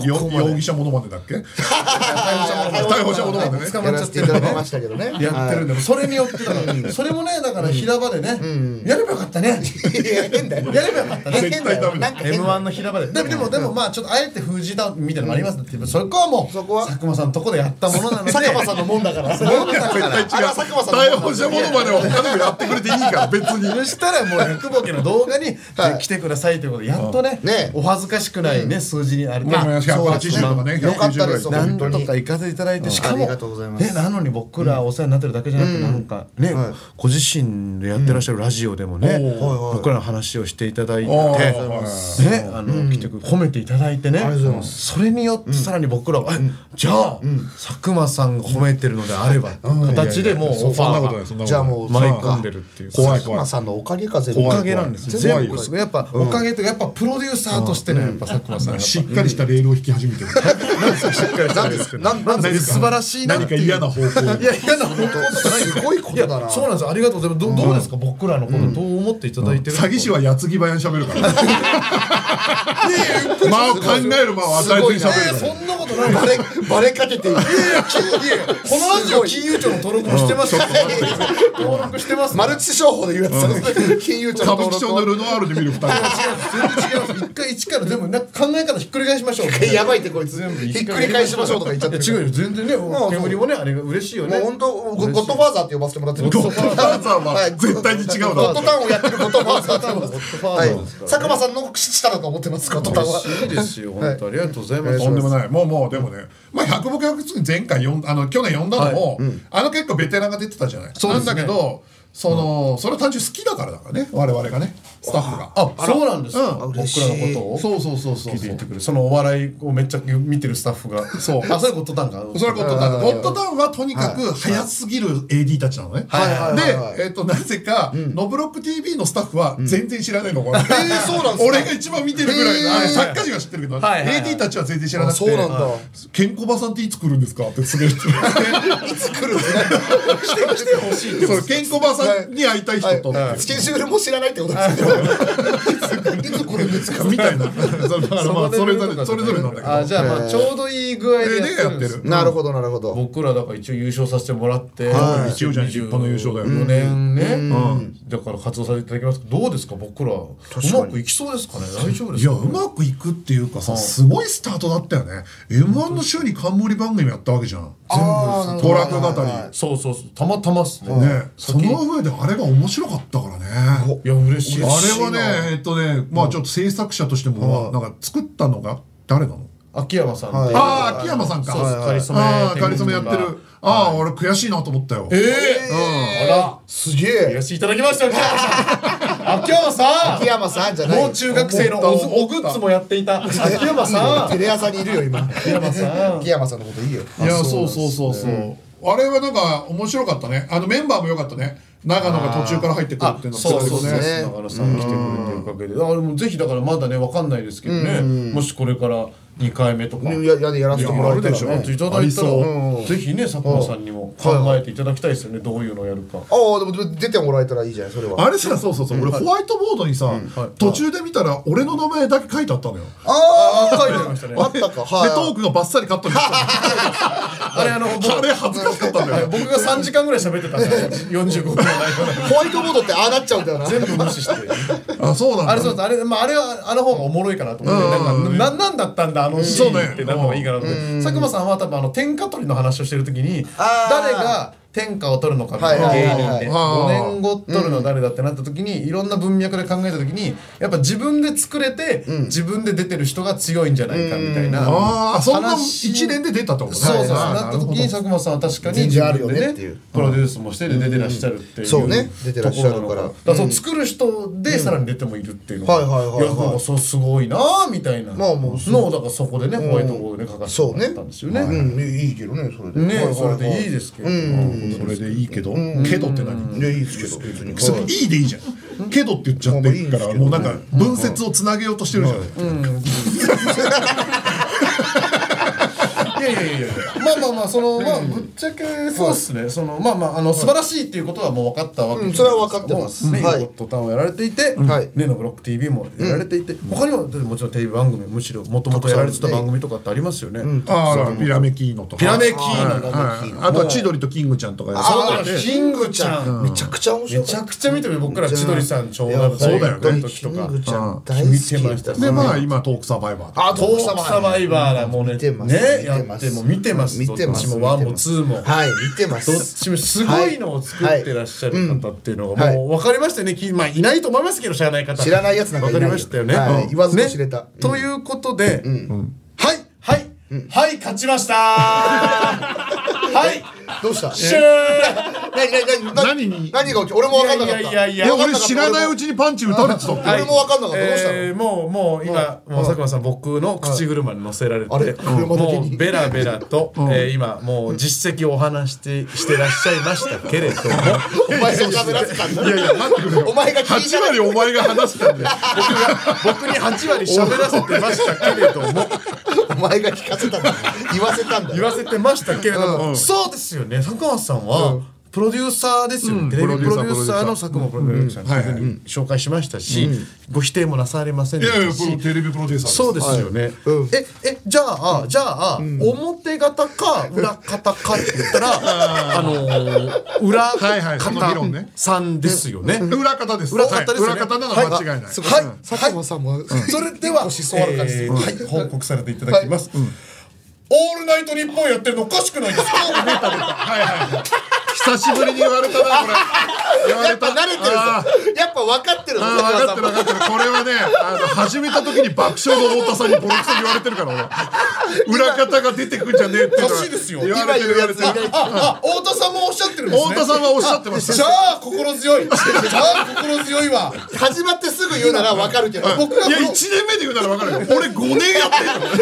よ容疑者モノマネだっけ逮捕者モノマネね
やらせていただきましたけどね
やってるんでもそれによってだからそれもねだから平場でね、やればよかったね
いや変だよ
やればよかったね
変だよなんか
m
変
1
だ
の平場ででもでもでもまあちょっとあえて封じたみたいなのもありますね、そこはもう
そこは
佐久間さんのとこでやったものなの で
佐久間さんのもんだ からそれは
絶対違う
あれは佐久間さんの
逮捕者モノマネは他でもやってくれていいから別に
そしたらもう100ボケの動画に
はい
来てくださいということでやっとね
うんね
お恥ずかしくないね数字にあれ
まあ180とかね
よかったです
190ぐらい
何とか行かせていただいてしか
あ
も
りがとうございます
ねなのに僕らお世話になってるだけじゃなくてなんかねご自身でやってらっしゃるラジオでもね僕らの話をしていただいて
おー
ね
おー
あの来てく褒めていただいてねそれによってさらに僕らはえじゃあ佐久間さんが褒めてるのであれば形でもうオファ
そんなこと
ー
ない
が
そんなことない
じゃあもう
舞い込んでるっていう
怖い
佐久間
怖い
さんのおかげか全部
怖い
おかげなんですよ
全部
全部すごいやっぱおかげというかやっぱプロデューサーとしてのやっぱ佐久間さんが
しっかりしたレールを引き始めてる
しっかりしてる
なんなんです
素晴らしいな
何か嫌な方向に
いや嫌な本当
すごいことだな
そうなんですありがとうございますどどうですか僕らのことどう思っていただいてる
詐欺師は矢継ぎ早に喋るから ね間を考える間を
す
与え
ご
ず
い
に
な
喋るから
そんなことない
バレバレかけている
このラジオ金融庁の登録もしてますよ登録してます
マルチ商法で言うやつ金融庁の
歌舞
登録
伎町のルノアールで見る二人
全然違います一回一から全部なんか考え方ひっくり返しましょう
やばいってこいつ
全部
ひっくり返しましょうとか言っちゃって
いや違うよ全然ね
う
煙もねあれが嬉しいよ
も
ね
う本当ゴゴッドファーザーって呼ばせてもらってる
ゴッドファーザーはい絶対に違うな
ゴッドタウンをやってるゴッドファーザーって
ゴッドファーザー
はい
です
佐久間さんの下だと思ってますゴッドタウンは
嬉しいですよ本当ありがとうございま
とんですもないもうもうでもねまあ100ボケ100つ前回呼んあの去年呼んだのも、あの結構ベテランが出てたじゃない
そうですね
なんだけどその、それは単純に好きだからだからね我々がねスタッフが
あそうなんですか
うん
僕らのことを
そうそうそうそう
聞いて言ってくるそのお笑いをめっちゃ見てるスタッフがそうあそれことなんか
それはゴッドタウン。ゴッドタウンはとにかく早すぎる AD たちなのね。
はいはいはいはい
で、えっと、なぜか、ノブロック TV のスタッフは全然知らないのかな。
そうなんですか
俺が一番見てるぐらいの、
へー
あ作家人が知ってるけ
は
ど、
いはいはい
AD たちは全然知らなくて。
あそうなんだ
はい。ケンコバさんっていつ来るんですかってすげえ言ってる。
いつ来るん ですか来てほしい
そう、ケンコバさんに会いたい人と。
スケジュールも知らないってことですよいつ来るんですか
みたいな。 そうだからまあ、それぞれ、それぞれなんだけど。
あじゃあまあちょうどいい具合
え
で
ーでや
やっ
ってて
る
る。
なるほどなるほど
僕らだから一応優勝させてもらって、
一応じゃん立派な優勝だよ
4年ね、だから活動させていただきますけどどうですか僕らうまくいきそうですかね大丈夫で
い
す
や
か
うまくいくっていうかさすごいスタートだったよね m 1の週に冠番組やったわけじゃん全部トラック語り
そうそうそうたまたまっすね、
ねその上であれが面白かったからね
いや嬉しい
あれはねえっとねまあちょっと制作者としてもなんか作ったのが誰なの
秋山さんで、
ああ秋山さんか
そうですカリスメ
ああカリスメやって
天狗
るああ俺悔しいなと思ったよ
ええあら
すげえ
いらしていただきましたよ秋山さん秋山さ
秋山さ
ん
んじゃない
もう中学生のおずおグッズもやっていた秋山さ
テ
ん
レ朝にいるよ今秋山
さん
さんのこといいよ
いやそうそうそうそうあれはなんか面白かったねあのメンバーも良かったね長野が途中から入ってくるっていうのは
そうそうそう
ね
ね長野さん来てくれてるおかげであれもぜひだからまだねわかんないですけどねもしこれから2回目とか
ややでやらせてもらえたら
いやあ
ね
る
いた
あ
だい
り
た
そう
らぜひね佐久間さんにも考えていただきたいですよねどういうのをやるか
ああでも出てもらえたらいいじゃないそれは
あれさ、そうそうそう、俺ホワイトボードにさ、途中で見たら、俺の名前だけ書いてあったのよ。
あ
書いてましたね
ああったか
で、トー
は
クがバッサリカットになった
あれあの 僕
の。あれ恥ずかしかったんだよ。
僕が3時間ぐらい喋ってたんです よ45分の内容
いホワイトボードってああなっちゃうんだよな
全部無視して
あ、そうなん だ。
あれそうですあれまああれはあの方がおもろいかなと思ってなんかななんだったんだあのシーンってなったのがいいかなと思って佐久間さんは多分あの天下取りの話をしてる時に誰が天下を取るのかみたいな
はい
芸
はいはい
人
はい
で
は
5
あ
年後取るの誰だってなった時にいろんな文脈で考えた時にやっぱ自分で作れて自分で出てる人が強いんじゃないかみたいな
ああそんな
話
一連で出たってことね
そうそうそう
はい
なった時に佐久間さんは確かに
全
自
然あ
分
る
で
よねっていう
プロデュースもしてで出てらっしゃるっていう
そうね出てらっしゃるから
ところなのだそう作る人でさらに出てもいるっていうの
はいはいはいはい
やなんかそうすごいなあみたいなのをだからそこでねホワイトボードで書かせてもらったんですよね
うんいいけどねそれで
ね
はいはい
それでいいですけどうん
それでいいけど
けどって何
いやいいですけど別に
それ
はい
いいでいいじゃん
けどって言っちゃってるからもうなんか文節をつなげようとしてるじゃない
いやいやいやまあまあまあそのまあぶっちゃけそうっすねそのまあまああの素晴らしいっていうことはもう分かったわけ
うんそれは分かってます
ね
はい
ロボットタウンをやられていて
はい
ねのブロック TV もやられていて他にもだってもちろんテレビ番組むしろもともとやられてた番組とかってありますよね
ああピラメキーノとか
ピラメキーノ
はいはいあとは千鳥とキングちゃんとかや
あ
ってて
キングちゃん
めちゃくちゃ面
め
白い
ちゃくちゃ見てる僕ら千鳥さんちょうど
そうだよね
時とか
ちゃん
大好き見てました
でまあ今トークサバイバーとか
あ、トークサバイバーだ、もうね。
ます
ね、
見
や
て
っ
ます
ても見てます。
見てま
ど
す
っちもワンもツーも。
はい見てま
どっちもすごいのを作ってらっしゃる方っていうのが、もう分かりましたよね。きまあ、いないと思いますけど、知らない方。
知らないやつなんかいな
分
い
かりましたよね。
はい
うん
言わずと
ね
知れたうん
ということで、はい、はい、はい、勝ちましたはい、
どうした
シュー
何何何
何に
何が起き俺も分かんなかった
いやいやいや
いや
分かん
俺知らないうちにパンチ打たれてたって
俺も分かんなかったどうしたの
えーもうもう今もう佐久間さん僕の口車に乗せられて
あれ車だけに
もうベラベラとえー今もう実績をお話してしてらっしゃいましたけれども
お前が喋らせたんだ
いやいや待ってくれよ
お前が聞いた
8割お前が話してたんで
僕に8割喋らせてましたけれども
お前が聞かせたんだ言わせたんだ
言わせてましたけれどもそうですよね佐久間さんはプロデューサーですよね、
うん
テレビプ
プ
ロ
ロ
デ
デ
ュ
ュ
ー
ー
サ
サ
ー
ー
の佐久間プロデューサーというふうに紹介しましたし、ご否定もなされません
い
でし
やいや
た
プロ
し
テレビプロデューサー
そうですよね、ええじゃあじゃあ、表方か裏方かって言った らあのー裏
はいはいその議論
方
ね
さんですよね。
裏方です
裏方ですよね
はい裏方なのは間違いない
はいはい
佐久間さんも
それでは、えーはい、報告されていただきます。オールナイト日本やってるのおかしくないですか。
はいはい久しぶりに言われたなこれ言わ
や
れ
っぱ
た
慣れてる
あー
ぞやっぱ分かってるぞ
ああ分かってる分かってるこれはねあの始めた時に爆笑の太田さんにボロクソ言われてるから俺裏方が出てくんじゃねえって
おかしいですよ
言われてる言われてる
あ、あ、太田さんもおっしゃってるんです
太
ね。
田さんはおっしゃってました
じゃあ心強い。じゃあ心強いわ。
始まってすぐ言うなら分かるけど僕が
いや1
今
年目で言うなら分かるよ俺5年やってんの
言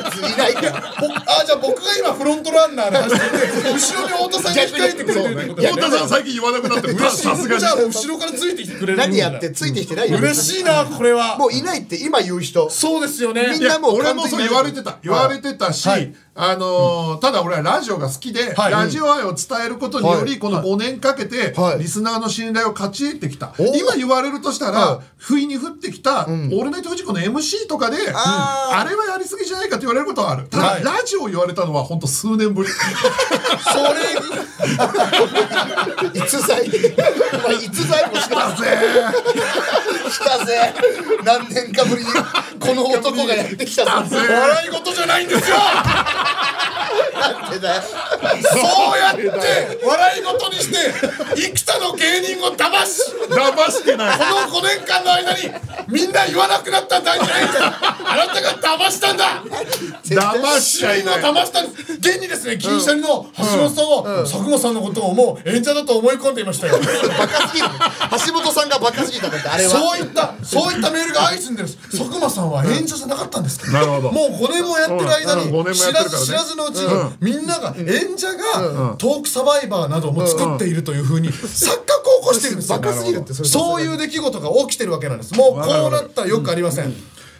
うやついないから
ぼあ、じゃあ僕が今フロントランナーで走ってて、後ろに太田さんが控えてくれてるってことだよ
太田さん最近言わなくなってるさすがに
じゃあもう後ろからついてきてくれるんだ
何やってついてきてないよ
嬉しいなこれは
もういないって今言う人
そうですよね
みん
い
な
や
もう
俺もそう言われてた言われてたし、
はい
あのーただ俺はラジオが好きで、
はい
ラジオ愛を伝えることにより、
はい
この5年かけて、
はい
リスナーの信頼を勝ち得てきた、
お
今言われるとしたら、
は
不意に降ってきた「オールナイトフジコ」の MC とかで、
あー
あれはやりすぎじゃないかって言われることはあるただ、
はい
ラジオを言われたのは本当数年ぶり
それ
逸材お前逸材もしてたぜ来たぜ何年かぶりにこの男がやってきたぜ
笑い事じゃないんですよ
なんでだよ
そうやって笑い事にして生田の芸人を騙し
騙してない
この5年間の間にみんな言わなくなったんだじゃないんだあなたが騙したんだ
騙しちゃいない
騙したんです現にですね銀シャリの橋本さんは佐久間さんのことをもう演者だと思い込んでいましたよ
バカすぎる橋本さんがバカすぎたんだってあれは
そういったそういったメールが相次いでるんです佐久間さんは演者じゃなかったんです
なるほど
もう5年もやってる間
うんうん五
に
年も
知ら
やってるからね
ず知らずのうちにみんなが演者がトークサバイバーなども作っているというふうに錯覚を起こしてるんですよ
バカすぎるってそれ
そういう出来事が起きてるわけなんですもうこうなったらよくありません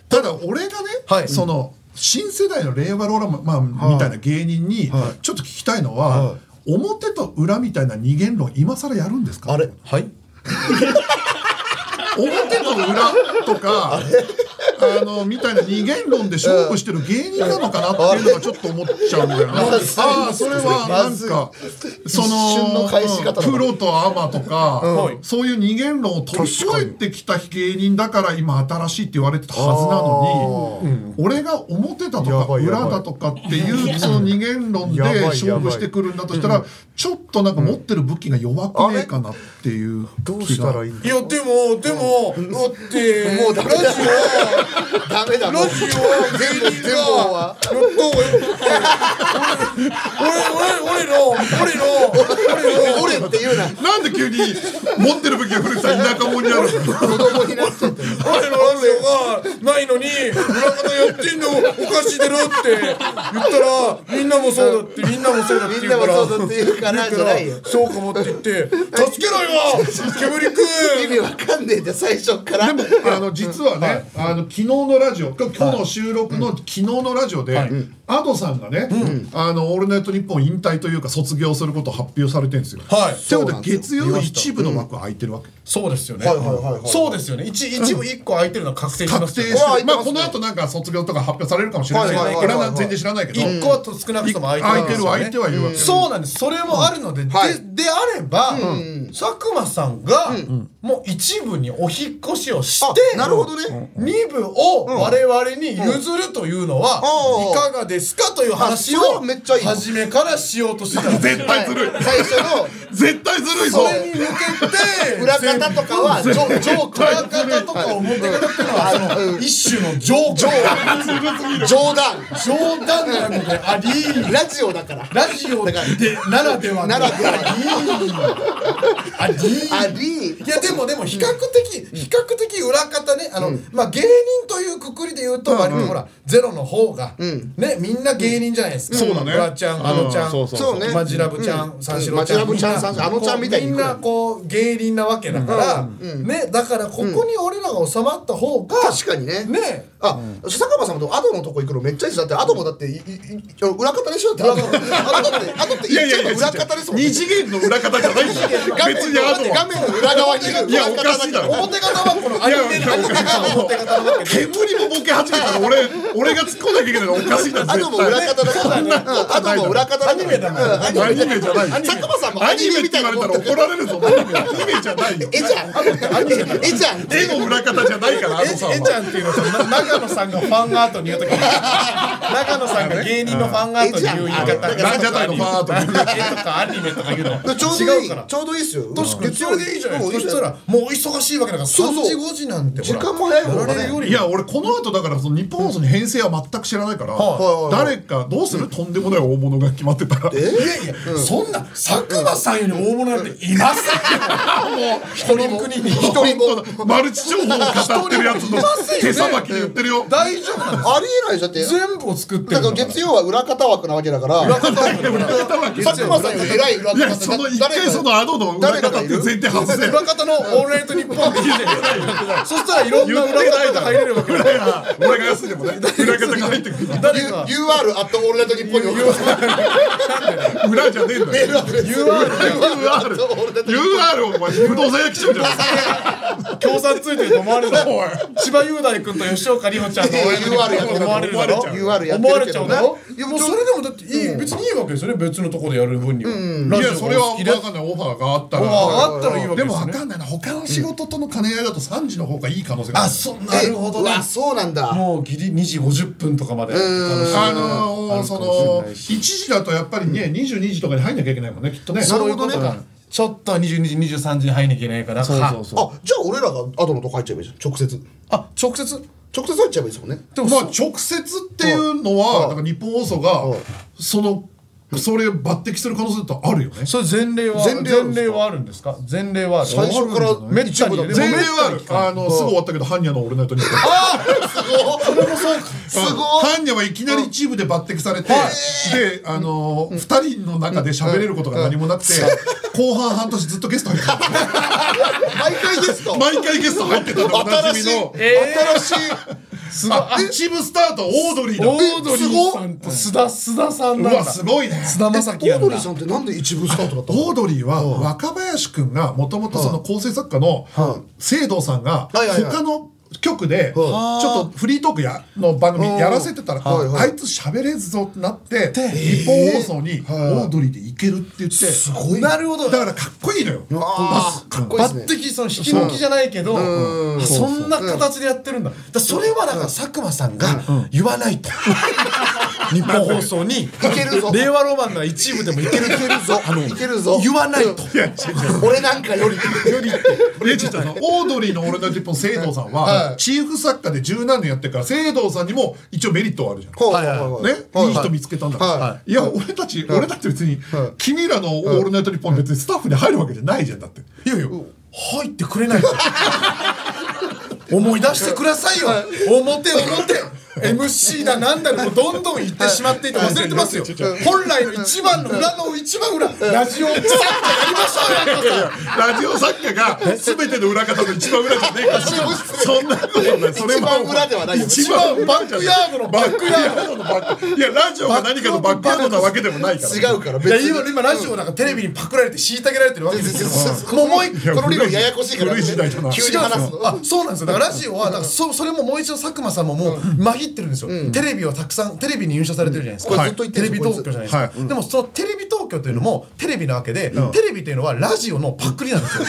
ただ俺がね、
はい
その新世代の令和ローラマン、まあ、みたいな芸人にちょっと聞きたいのは、表と裏みたいな二元論今更やるんですか
あれ
はい
表と裏とかあのみたいな二元論で勝負してる芸人なのかなっていうのがちょっと思っちゃうんだよな。あ
まずい
あそれはなんか
一
そ
瞬の返し方だ
のプロとアマとか、そういう二元論を飛び越えてきた芸人だから今新しいって言われてたはずなのに、俺が表だと
や
か
ばいやばい
裏だとかっていうその二元論で
やばいやばい
勝負してくるんだとしたらちょっとなんか持ってる武器が弱くねえかなっていうどうしたらいい
いやでもでもだってもうラジオ
ダメだ
ラ
もう
ジオは芸人が
全部は
やった方がよくない俺俺俺の俺の俺の
俺って言うな
なんで急に持ってる武器が古木さん田舎者にあるの
子供になっちゃってる
俺のラジオがないのに裏方やってんのおかしいだろって言ったらみんなもそうだってみんなもそうだって
みん
言
な
う
も
から
そうだって言うからじゃないよ
そうかもって言って助けろよ煙くん
意味わかんねえじゃん最初から
でもあの実はね、あの昨日のラジオ今日今日の収録の昨日のラジオで、アドさんがね「あのオールナイトニッポン」引退というか卒業することを発表されてるんですよ。
はい
ということで月曜の一部の枠は空いてるわけ。
そうですよね。
はいはいはいはい
そうですよね。一一部一個空いてるのは確定しま
確
す
定
よ、ね。
し
うわ空
て
い
る
て
まあ
ます
こ
ね
の後なんか卒業とか発表されるかもしれないけど、
はいはいはい
俺
はい
は全然知らないけど、
一個はと少なくとも空いてるんです
空いて
よ、
る
ね。
空いてはいるわけ。
そうなんです。それもあるので、
はい
でであれば、佐久間さんが、もう一部にお引っ越しをして、
あなるほどね
二部を我々に譲るというのは、
うん
いかがですかという話
あそれ
を
はめっちゃいい
初めからしようとしてたんです。
絶対ずるい。
最初の
絶対ずるい
そ
ぞ。
れに向けて
裏方とかは
ジョージョーク裏方とかを持ってくるっていうのはその一種のジョーク
冗談
冗談なのであり
ラジオだから
ラジオでならではの
ならでは
あり
あ
あり
り
いやでもでも比較的、比較的裏方ねあの、まあ芸人というくくりで言うと割とほら、ゼロの方が、ねみんな芸人じゃないですか、
そうだね
フワちゃんあのちゃん、
そうね
マジラブちゃん、三四郎ちゃん、
マジラブちゃん
みな
三四郎あのちゃんみたいに
みんなこう芸人なわけだから、ねだからここに俺らが収まった方が、
確かにね
ね
あ、坂間さんもアドのとこ行くのめっちゃいいですだってアドもだっていいい裏方でしょだってアドってアドって
い
言
や
っ
い
ち
や
ゃうと
いや
裏方ですもんね
二次元の裏方じゃないんだよ
画面
別にあと
画
は
面の裏側にいる
いやおかしいだろ
表方はこのア
い
ニ
や
メの表方は表方なわけで
煙もボケ始めたら俺俺が突っ込んなきゃいけないのおかしいだろ
アドも裏方だからアドも裏方だ
アニメだもん
アニ
ア
メ
ニメじゃない
佐久間さんもア
ア
ニ
ニメ
メ
って
みたい
言わ
な
れ
も
た
ん
ら怒られるぞアニメアニメじゃないよ
絵じゃん絵じゃん
絵の裏方じゃないからあのさん
ええち
は
ゃんっていうのはその な長野さんがファンアートに言うとき長野さんが芸人のファンアートに言う言い
えちゃ
方
ん
ランジャタイのファンアートに 言う
絵とかアニメとか言うの
ちょうどい
違
いう
から
ちょうどいいですよ
確かにそれでいいじゃないですかそ
月
した
曜
らもう忙しいわけだから
そう
3
そう
時5時なんてほら
時間も早い方がね
やられるより
いや俺この後だからその日本放送に編成は全く知らないから
は
誰かどうするとんでもない大物が決まってたら
いやいや、そんな佐久間さんより大物なんていませんよもうこの国に
一人も
マルチ情報を語ってるやつの手さばき言ってるよ
大丈夫なんです
ありえないじゃんだって
全部を作って
だ
る
から
の
月曜は裏方枠なわけだから佐久間さんより偉い裏方
いやその一回そのアドの裏方っていう前提外せ
裏方のオールナイトニッポンって 言ってそしたらいろんな裏方が入れるわけだから
俺が安いでもね裏方が入ってくる
誰か
UR アットオールナイトニッポンに送ってます
裏じゃねえんだよ UR UR お前不動産屋来ちゃうじゃん
共産ついてると思われるだろ千葉雄大君と吉岡里帆 ちゃんの
UR やってる
思われるだろ
思われちゃう
思われちゃうだろ
いや
もうそれでもだっていい別にいいわけですよね別のところでやる分には、ラ
い
ジオ
や
が
それは
お好きで
分かんないオファーがあったら
ああったらいいわけ
で
です
も
よ
分
ね
かんないな他の仕事との兼ね合いだと3時の方がいい可能性があ
あ
る
そうなるほどね
えうわそうなんだ
もうギリ2時50分とかまで楽しみ
あのー、その
あるかもしれないし
1時だとやっぱりね22時とかに入んなきゃいけないもんねきっとね
そういうことかちょっと22時23時に入んなきゃいけないから
そうそうそう
あじゃあ俺らがアドのとこ入っちゃえばいいじゃん直接
あ直接
直接入っちゃえばいいですもんね
でもまあ直接っていうのはなんか日本放送がそのそれを抜擢する可能性だとあるよね
それ前例は
前
前
例あるんですか
例はあるんですか前例はある
最初から
めったにね
前
めった
例
に聞
はあのすぐ終わったけど般若の「オールナイトニッポン」
すごい
ハンニャはいきなり一部で抜擢されて、で、あのー、二、人の中で喋れることが何もなくて、後半半年ずっとゲスト入って
毎回ですか
た。毎回ゲスト入ってたの、おなじみの。
新しい
すごい。アクチブスタート、オードリーだ。
オードリーさんと須田須田さんなんだ
うわすごいね
須田まさきやんだ
オードリーさんってなんで一部スタートだったの
オードリーは若林くんがもともとその構成作家の聖堂さんが
はいはいはい
他の局でちょっとフリートークやの番組やらせてたら
はいはい
あいつ喋れずぞってなって日本放送にオードリーでいけるって言ってす
ごいなるほど
だからかっこいいのよ
あーかっこいいです
抜
ね
擢その引き抜きじゃないけどあそんな形でやってるんだだからそれはだから佐久間さんが言わないと日本放送にい
けるぞ
令和ロマンの一部でもいける
いけるぞいけるぞ
言わないと
俺なんかよりより
いやちょっとあのオードリーの「俺のナイトニッポン」聖堂さんはチーフ作家で十何年やってるから聖堂さんにも一応メリットはあるじゃん
はいはいはい
ね、
はい
いい人見つけたんだから、、
はい
や俺たち、俺だって別に、君らの「オールナイトニッポン」別にスタッフに入るわけじゃないじゃんだっていやいや
入ってくれないと思い出してくださいよ表表 MC だなんだろうどんどん言ってしまっていて忘れてますよ本来の一番の裏の一番裏ラジオをさっとやりましょうよ
ラジオ作家が全ての裏方の一番裏じゃねえ かしそんなことないそれは
一番裏ではないよ
一番バックヤードの
バ
バ
ッ
ッ
ク
ク
ヤ
ヤ
ー
ードのバックいやラジオが何かのバックヤードなわけでもないから
違うから
い
別
や
に
今今ラジオなんかテレビにパクられて虐げられてるわけですよ。
もうもう一この理論ややこしいから
古い時代だな
急
違
に
うんで
話
す
す
よ
の
あそうなんですよだからラジオはだからそそれももう一度佐久間さんももうまひってるんですよ、テレビはたくさんテレビに優勝されてるじゃないですか、
これずっと言って
テ
る
レビ東京じゃないですか、
はい
でもそのテレビ東京というのもテレビなわけで、テレビというのはラジオのパックリなんですよ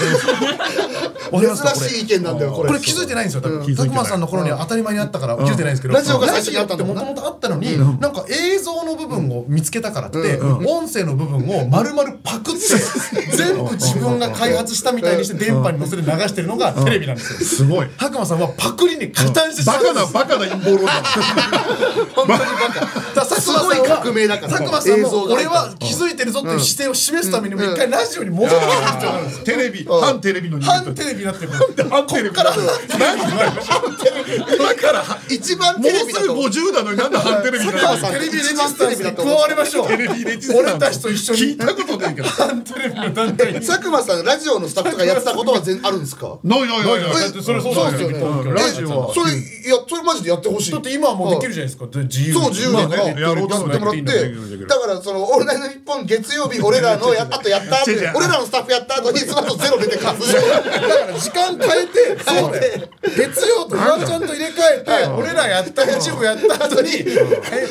わかりますかこれ
珍しい意見なんだよこれ
これ気づいてないんですよ多分佐久間さんの頃には当たり前にあったから気づいてないんですけど
ラジオが最初にあったん
ラ
だ
ジ
も
オ
ん
っ
な
てもともとあったのになんか映像の部分を見つけたからって音声の部分を丸々パクって全部自分が開発したみたいにして電波に乗せて流してるのがテレビなんですよ
すごい
白馬さんはパクリに加担してしま
バ
うんで
カ
すよ
なバカな陰謀論だ
本当にバカ
だから佐久間さん
すごい
は
革命だから
佐久間さん
映像
も
が
俺は気づいてるぞっていう姿勢を示すためにも一回ラジオに戻ってきた必要があるんですよ
テレビ反テレビの人間
反テレビになってるからこっから
今からも
一番
う
テレビだ
すぐ
と
50なのになんで反テレビになる
佐久間さん
テレビレジスタンスに加わりましょう
テレビレジスタンス
俺たちと一緒
聞
に
いたことないけど
反テレビの団体に
佐久間さんラジオのスタッフとかやってたことは全あるんですか
ないないないない
え
だってそれそうだ
そう
よ
ですよね
うんラジオは
それいやそれマジでやってほしい
だって今はもうできるじゃないですか自由に
そう自由だから
ねやろうと思
やってもらってだからその「オールナイトニッポン」月曜日俺ら のやあとやった後
違う違う
俺らのスタッフやった後にその後ゼロ出て勝つ
だから時間変えてそうだよ月曜とフワちゃんと入れ替えて俺らやった YouTube やった後に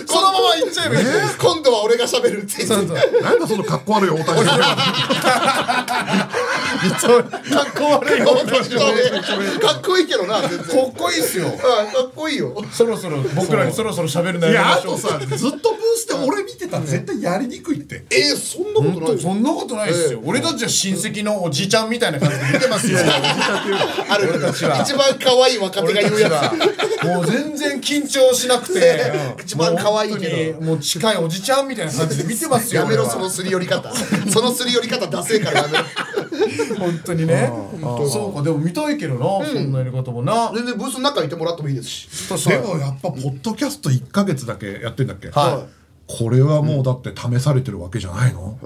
このままいっちゃえばいいじゃないですか
今度は俺が喋るって言って
なんだその格好悪い大谷翔
かっこ悪いよ
かっこいいけどな全然
かっこいいっすよ
あかっこいいよ
そろそろ 僕らにそろそろ喋るの
平い
やめ
や
ま
あ
しょう
とさずっとブースで俺見てたら絶対やりにくいって
えー、そんなことない
そんなことないっすよ俺たちは親戚のおじいちゃんみたいな感じで見てますよ
ある
俺たちは
一番可愛い若手が
俺た
言う
ち
や
はもう全然緊張しなくて
一番可愛いけ
どもう近いおじちゃんみたいな感じで見てます
つ
よ
やめろ
俺は
そのすり寄り 方そのすり寄り方ダセえからやめろ
本当にねそうかでも見たいけどなそんなやり方もな
全然ブースの中にいてもらってもいいですし
でもやっぱポッドキャスト1か月だけやってんだっけ
は
これはもうだって試されてるわけじゃないの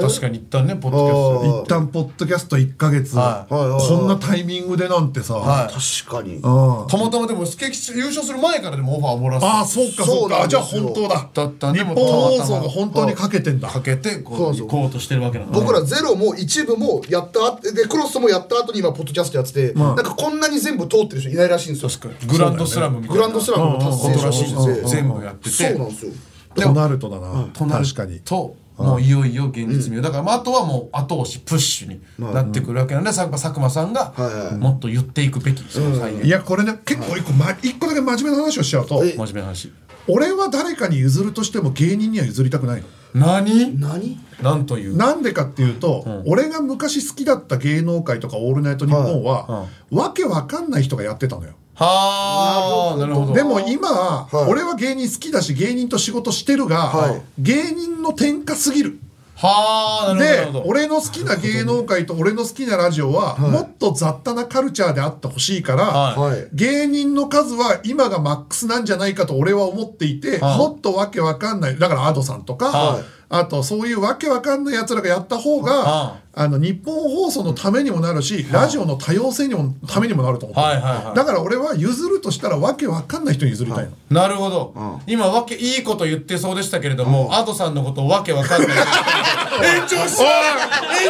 確かに一旦ねポッドキャス
一旦ポッドキャスト1か月
はい
こんなタイミングでなんてさ
確かに
うん
トたまたまでもスケキ優勝する前からでもオファーをもらって
ああそうか
そ
そうう
な
か
ん
あ
です
じ
よ
ゃあ本当だ
だったんで
日
もう
本
たま
放
たま
送が本当にかけてんだ
かけてこ
そううそ
行
う
こうとしてるわけなの
僕らゼロも一部もやった後でクロスもやった後に今ポッドキャストやってて、なんかこんなに全部通ってる人いないらしいんですよ
グランドスラムみたい
グ
な
ランドスラムの達成者
ことらしいです
全
全
部
部やってて
そうなんですよ
となるとだな
となる
確かに
ともういよいよ現実味をだからまああとはもう後押しプッシュになってくるわけなんでさ佐久間さんがもっと言っていくべきその最
い
優
やこれね結構一個,、ま、一個だけ真面目な話をしちゃうと
真面目な話
俺は誰かに譲るとしても芸人には譲りたくないの
何
何
なんという
なんでかっていうと、俺が昔好きだった芸能界とか「オールナイトニッポンは」わけわかんない人がやってたのよ
はあなるほど
でも今、俺は芸人好きだし芸人と仕事してるが、芸人の天下すぎる
はあなるほど
で
なるほど
俺の好きな芸能界と俺の好きなラジオは、もっと雑多なカルチャーであってほしいから、
はい
芸人の数は今がマックスなんじゃないかと俺は思っていて、
はい
もっとわけわかんないだからアドさんとか、
は
あとそういうわけわかんないやつらがやった方があの日本放送のためにもなるしラジオの多様性にもためにもなると思って
は
る
いはいはい
だから俺は譲るとしたらわけわかんない人に譲りたいの。
なるほど、今わけいいこと言ってそうでしたけれども、アドさんのことわけわ かんない延長しない延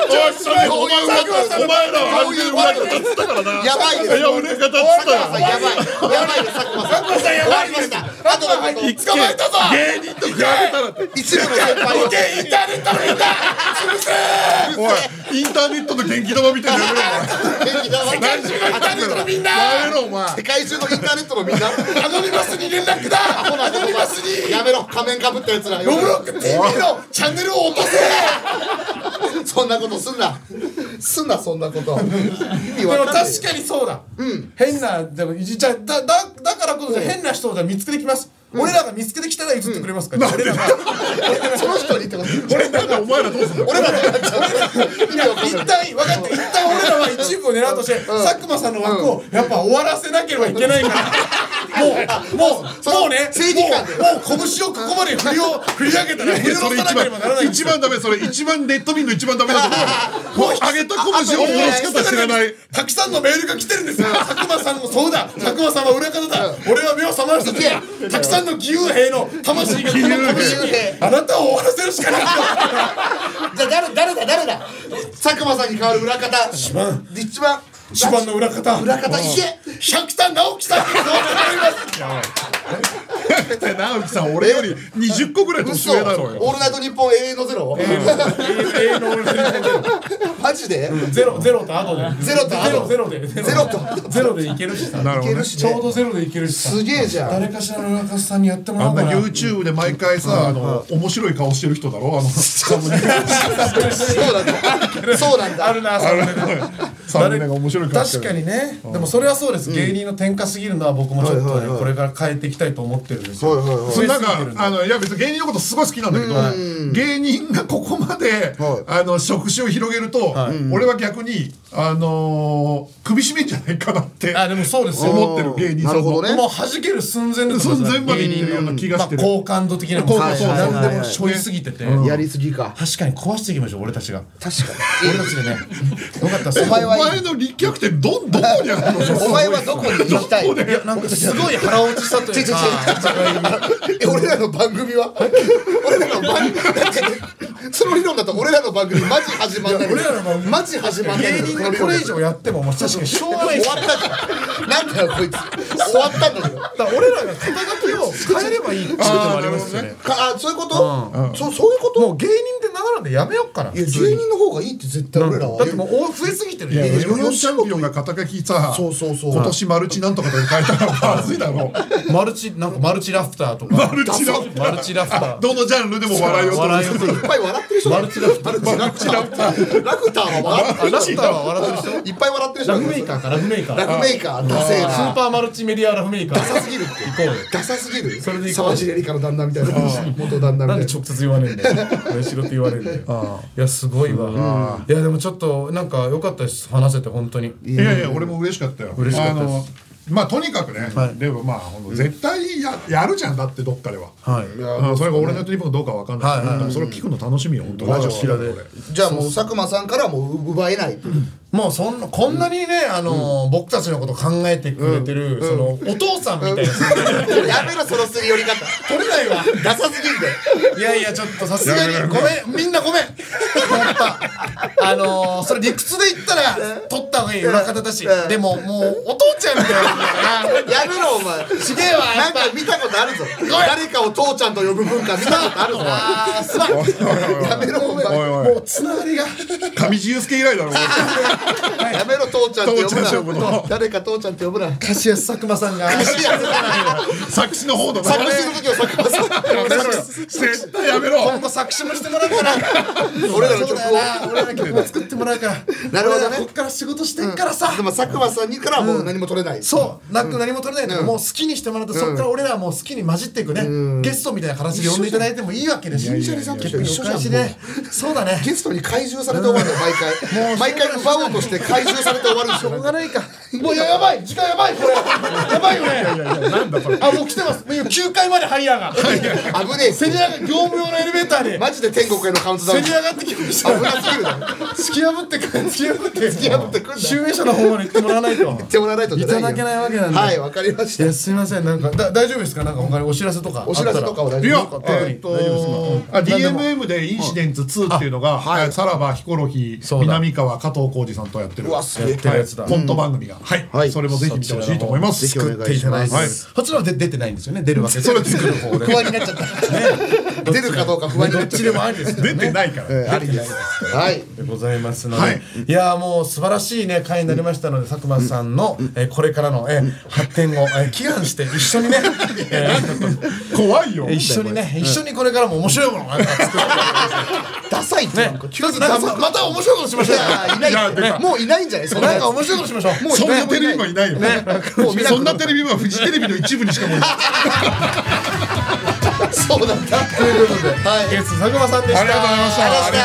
長しない
お前
佐久間さんの
こういう裏が立ったからな。やばいです。
俺が立
佐久間さんやばい。やばいです。佐久間さん。佐久間さんやばいました。あとは
捕まえたぞ
芸人と比べたらって
一部の先輩を。
インターネットのインター
おいインターネットの元気玉みたいなやめろ
世界中のインターネットのみんな。
やめろお前
世界中のインターネットのみんな。
アドニバスに連絡だ
アホな人マスに。やめろ。仮面かぶったやつら。
ロブロック TV のチャンネルを落とせ
そんなことすんな。すんなそんなこと。意味
で
わ
も
かんない。
確かにそうだ、変なでもじゃあだだだからこそ変な人をじゃあ見つけてきます、俺らが見つけてきたら譲ってくれますから、俺らが
その人にってこと。
俺 なんだお前らどうすんの
俺らどうなっちゃう。意味わかん
一
ない。
旦分かった一旦俺らは一部を狙うとして、佐久間さんの枠をやっぱ終わらせなければいけな いから、もうもうもうね
正義感で
もうもう拳をここまで振りを振り上げたら振り下
そ
ろ
れ
さ
一
なければならな
番
い
一番ダメそれ一番ネット民の一番ダメだと 思うもう上げた拳を下ろし方知らない
たくさんのメールが来てるんですよ佐久間さんもそうだ佐久間さんは裏方だ俺は目を覚ましただたくさんの義勇兵の魂がこの拳にあなたを終わらせるしかない
じゃあ誰誰だ誰だ。佐久間さんに代わる裏方。一番。一番。
一番の裏方
裏方いけ。
百田直樹さんにそうなります
直樹さん俺より20個ぐらい年
嘘
上だろう
オー
よ
ルナイトニッポン永遠のゼロ
永遠の俺
マジで
ゼロゼロとアドで
ゼロとアド
ゼロゼロでゼ
ゼロと
ゼロでいけるしさ
なるほ
いけ
どね
るし
ちょう
ね
どゼロでいけるしさ
すげえじゃん
誰かしらの裏方さんにやってもら
あ
お
ん
うか
な
な
YouTube で毎回さあの面白い顔してる人だ ろあの
そうなんだそうなん
あ
だ
るなそれね
サムネが面白い顔して
確
る
かにねでもそれはそうです芸人の転化すぎるのは僕もちょっとねこれから変えていきたいと思ってるんですよ
はいはいはい
増えすぎ
なん
てるんで
かあのいや別に芸人のことすごい好きなんだけど、芸人がここまで、あの職種を広げると、俺は逆にあのー首絞めんじゃないかなって
あでもそうですよ
思ってる芸人さんも、
なるほどね
もう弾ける寸前です
寸前まで
芸
い
人
るような気が
ま
し
あ
てる、
好感度的なも
好
の
感
も
そう
何
はい
で
はいはい
もしょいすぎてて
やりすぎか
確かに壊していきましょう俺たちが
確か
俺たちでねよかったです
にお前
お
は
前の立脚点どどこにあるの
お前はどこに行きたい
いやなんかすごい腹落ちしたというか
え俺らの番組は 俺らの番組だってその理論だと俺らの番組マジ始まんない
俺らの番組
マジ始まんない
芸人がこれ以上やってももう確かにしょうがない
終
し
わったじゃんなんだよこいつ終わったんだけど
だから俺らが肩書きを変えればいいっていうのもありますよね
かあそういうこと、そそういうこと
もう芸人って名乗るんでやめよっかない
や芸人の方がいいって絶対俺らは
だってもうお増えすぎてる
いや
よ
M−1 チャンピオンが肩書きさ
そうそうそう
今年マルチなんとかとか書いたらまずいだろ
マルチなんか マルチラフターとか
マルチラフター
マルチラフター
どのジャンルでも笑いを取
笑い
る
を取る
いっぱい笑ってる人がいる
マルチラフター
マルチラフターラフターは笑って
あ
る
ラフターは笑ってる人
いっぱい笑ってる人
ラ
がい
フ
る
メーカーかラフメーカー
ラフメーカーダ
ス
セー
ー
な
パーマルチメディアラフメーカー
ダサすぎるって
行こうよ
ダサすぎる
それで行こう
沢尻エリカの旦那みたいな元旦那み
な
た
ん
い
で
な
直接言わねえんだよ。俺しろって言われるんだよ。いや、すごいわ。いや、でもちょっと、なんか良かったです。話せて、本当に。
いやいや、俺も嬉しかったよ。
嬉しかったです
あのまあとにかくね、でもまあほんと絶対ややるじゃんだってどっかでは、
はい。
うんそれが俺のやってるかどうかわかんないけど、
はいはい
でもそれを聞くの楽しみよ本当ラジオ好きだね
じゃあもう佐久間さんからはもう奪えない
もうそんなこんなにね、あのー僕たちのこと考えてくれてる、そのお父さんみたいな、
やめろそのすり寄り方
取れないわ
ダサすぎるんだよ
いやいやちょっとさすがにごめんみんなご めんやっぱあのー、それ理屈で言ったら取った方がいい裏方だしでももうお父ちゃんみたいなもんだから
やめろお前
ちげえわや
な
っ
ん
ぱ
か見たことあるぞ誰かを父ちゃんと呼ぶ文化見たことあるぞ
あーすまん
やめろお前
おいおい
もうつながりが
上地雄介以来だろ
やめろ父ちゃんって
父ちゃんって呼
呼
ぶ
ぶな
の
誰か父ちゃんって呼 ぶな
菓子屋佐久間さんが
作詞の方の
作詞の時は佐久間さ ん
絶対やめろ
今後作詞もしてもらうから
俺らの曲
そう
を
だよな俺らの曲も作ってもらうから
なるほどね
俺らこっから仕事してっからさ、
でも佐久間さんにからはもう何も取れない
そう、なく何も取れないんだから、もう好きにしてもらって、そこから俺らはもう好きに混じっていくね、ゲストみたいな形で呼んでいただいてもいいわけですし、
一緒にさ
結構一緒だしね、そうだね。
ゲストに怪獣されて終わるんだよ毎回
もう
毎回奪おう賞として回収されて終わるんですよ。しょうがないか。
もうややばい時間やばいこれやばいよねあもう来てますもう今9階までハイヤーが
危ねえ。
せり上が業務用のエレベーターで
マジで天国へのカウントダウ
せ
ン。
り
危
上がってきました
なすぎるだろ。
突き破って突き破って突
き破ってくん だ
集英社の方まで行ってもらわないと
言ってもらわないと
いただけないわけなんで
はい、わかりまし
い
た。
やすいませんなんかだ大丈夫ですかなんか他にお知らせとかあったら
お知らせとかは大
い
丈
や
夫、ですか
えっと、あ DMM で「インシデンツ2」っていうのが、えーさらばヒコロヒー
うだ
南川加藤浩二さんとやってる
うわすげえ
やってるやつだコント番組が、はい
はい
それもぜひ見てほしいと思います
ぜひお願いします。
はい
そっちの方で出てないんですよね出るわけで
それ 作る方 で
不安になっちゃった。出るか どうか不安に
ど
な
っ
っちゃ
ち
っ
でもありですよ
出てないから、
た。ありです。はい。
でございますので、
はいい、
やーもう素晴らしいね会になりましたので、佐久間さんの、えーこれからの、えー発展を、えー祈願して一緒 にね、え
怖いよ
ー一緒にね一緒にこれからも面白いものをなんか作って
ダサいってなんか。
一つなんかまた面白いことしましょう
いやいないですね。もういないんじゃないそんな
なん
やつ
か面白いことしましょうもう
そんなテレビマンいないよ、
もう見なくなる
そんなテレビマンフジテレビの一部にしかもういない
そうだった。
ということで、はい、ゲスト佐久間さんでした
ありがとうございました
ありがとうございま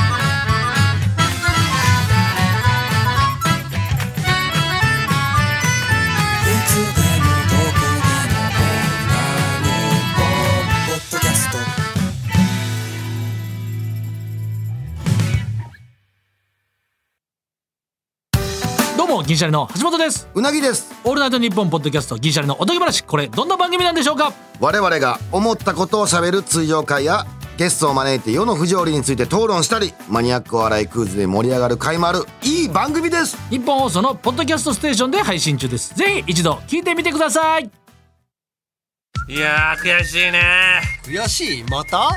した
どうも銀シャリの橋本です
うなぎです
オールナイトニッポンポッドキャスト銀シャリのおとぎ話これどんな番組なんでしょうか
我々が思ったことをしゃべる通常会やゲストを招いて世の不条理について討論したりマニアックお笑いクイズで盛り上がる会もあるいい番組です
日本放送のポッドキャストステーションで配信中ですぜひ一度聞いてみてください
いやー悔しいね
悔しいまた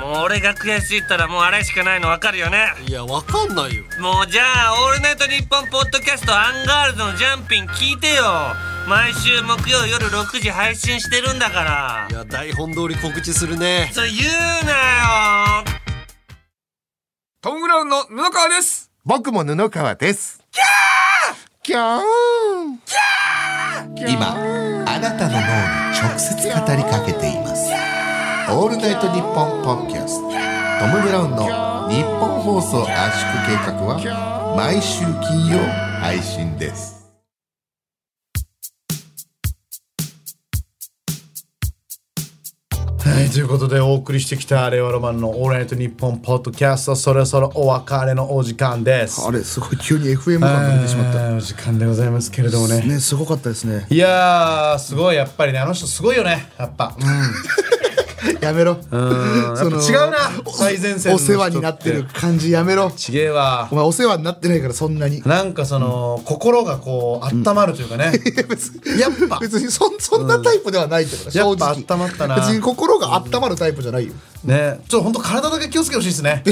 もう俺が悔しいったらもうあれしかないの分かるよね
いやわかんないよ
もうじゃあ「オールナイトニッポン」ポッドキャストアンガールズのジャンピン聞いてよ毎週木曜夜6時配信してるんだから
いや台本通り告知するね
そう言うなよ
トム・ブラウンの布川です
僕も布川です。キャー
今あなたの脳に直接語りかけていますオールナイトニッポンポッドキャストトム・ブラウンの日本放送圧縮計画は毎週金曜配信です
はい、ということでお送りしてきた令和ロマンのオールナイトニッポンポッドキャストそろそろお別れのお時間です
あれすごい急に FM 感が出てしまった。
えーお時間でございますけれどもね
ねすごかったですね。
いやーすごいやっぱりねあの人すごいよねやっぱ、
やめろ。
やっぱ違うな最前線の人
お世話になってる感じやめろ。
ちげえわ
お前お世話になってないからそんな に。
なんかその、心がこう温まるという かね、やっぱ
別にそんそんなタイプではないってことだ
や
正
っぱ
直。
温まったな
別に心が温まるタイプじゃないよ。
ねちょっと本当体だけ気をつけてほしいですね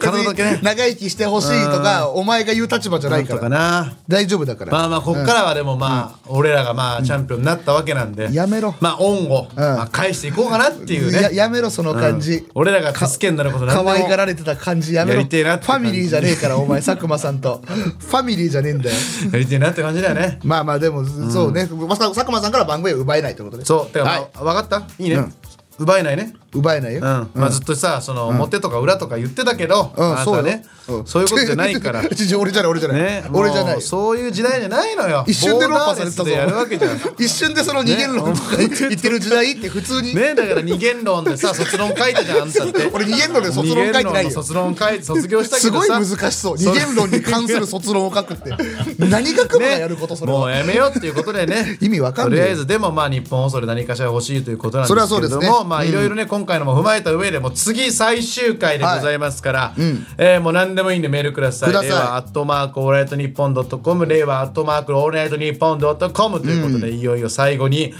体だけね
長生きしてほしいとかお前が言う立場じゃないか。
とからな
大丈夫だから。
まあまあこっからはでもまあ、俺らがまあチャンピオンになったわけなんで、
やめろ
まあ恩を、まあ、返していこうかなっていうね
ややめろその感じ、
うん俺らが助けになることなんで
可
も
愛がられてた感じやめろ
やりてえなって
ファミリーじゃねえからお前佐久間さん とファミリーじゃねえんだよ
やりてえなって感じだよね
まあまあでも、そうねまさか佐久間さんから番組を奪えないってことね
そうだから、
はい
分かったいいね、
うん
奪えないね
奪えないよ、
うん、まあずっとさその、表とか裏とか言ってたけど、
うん
あなた
そうよ
ね、
うん
そういうことじゃないから
ちち俺じゃない俺じゃない、
ね
俺じゃない
もうそういう時代じゃないのよ
一瞬で論破されて
ボ
た
ーダ
ぞ
ーレスでやるわけじゃん
一瞬でその二元論とか言ってる時代って普通に、
ねだから二元論でさ卒論書いたじゃんあんたって
俺二元論で卒論書いてない
二元論の
よ
卒論書いて卒業したけ
す
ど
ごい
さ
難しそう二元論に関する卒論を書 くって何学部がやることそれ
も
は、
うやめようっていうことでね
意味わかんねえ
とりあえずでもまあ日本放送で何かしら欲しいということなんです
そ
け
れは
れ
そうです
ど
ね
もまあいろいろね今回のも踏まえた上でもう次最終回でございますから、えーもう何でもいいんでメールください
ください
令和アットマークオールナイトニッポンドットコム令和アットマークオールナイトニッポンドットコムということで、いよいよ最後に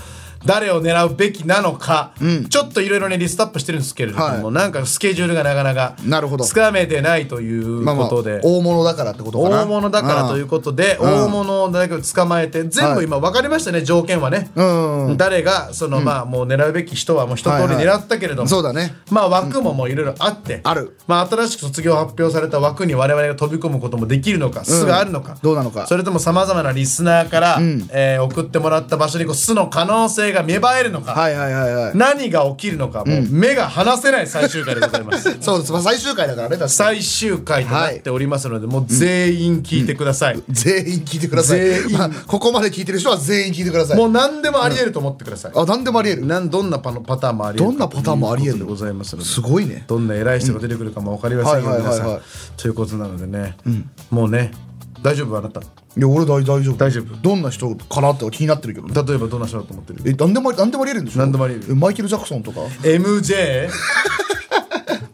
誰を狙うべきなのか、ちょっといろいろねリストアップしてるんですけれども、
は
なんかスケジュールがなかなか
なるほど
つかめてないという
まあま
こ
あ
とで、
大物だからってことかな
大物だからということで大物だけを捕まえて全部今分かりましたね条件はね
うん
誰がそのまあもう狙うべき人はもう一通り
はいはい
狙ったけれども
そうだね
まあ枠ももういろいろあって
ある
まあ新しく卒業発表された枠に我々が飛び込むこともできるのか巣があるのか
どうなのか
それともさまざまなリスナーからえー送ってもらった場所にこう巣の可能性が芽生えるのか、何が起きるのか、もう目が離せない最終回でご ざいます
そうです、まあ、最終回だからね
最終回となっておりますので、もう全員聞いてください、
全員聞いてください
全員、
まあここまで聞いてる人は全員聞いてください
もう何でもあり得ると思ってください、
あ何でもあり得る
なんどんなパのパターンもあり得る
どんなパターンもあり得る
ということでございますのです
ごいね
どんな偉い人が出てくるかも分かりませんけど、
うんはいはい
皆
はいは
さ
い
んということなのでね、もうね大丈夫あなた
いや俺大大丈夫大丈夫どんな人かなって気になってるけど
例えばどんな人だと思ってる
え何でもあり何でもあり得るんでしょ何でもあり得るマイケル・ジャクソンとか
MJ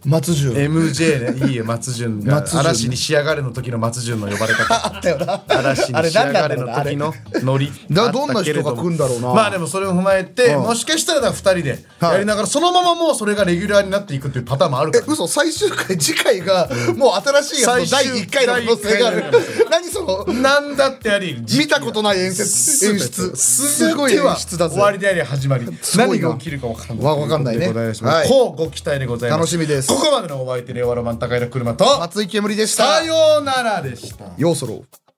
松潤
MJ ねいいよ松潤が
松潤
嵐に仕上がれの時の松潤の呼ば れ方あった
よな
嵐に仕上がれの時のノリ
だ
あった
どんな
けれ
人
ど
が
も
来るんだろうな
まあでもそれを踏まえて、
うん
もしかしたらだから2人でやりながら、そのままもうそれがレギュラーになっていくっていうパターンもあるから、
嘘最終回次回がもう新しいやつの第1回の可能性がある
最終
何その
なんだってあり
見たことない演説演出す
す
ご
ご
い
い
演
演
出
出
だ
だ
ぜ
ぜ終わりであり始まり
すごい
何
な
が起きるかわかんない
わわかんないね
とうことでござます
はい
こうご期待でございます
楽しみです
ここまでのお相手令和ロマン高井の車と
松井煙でした
さようならでした
ようそろう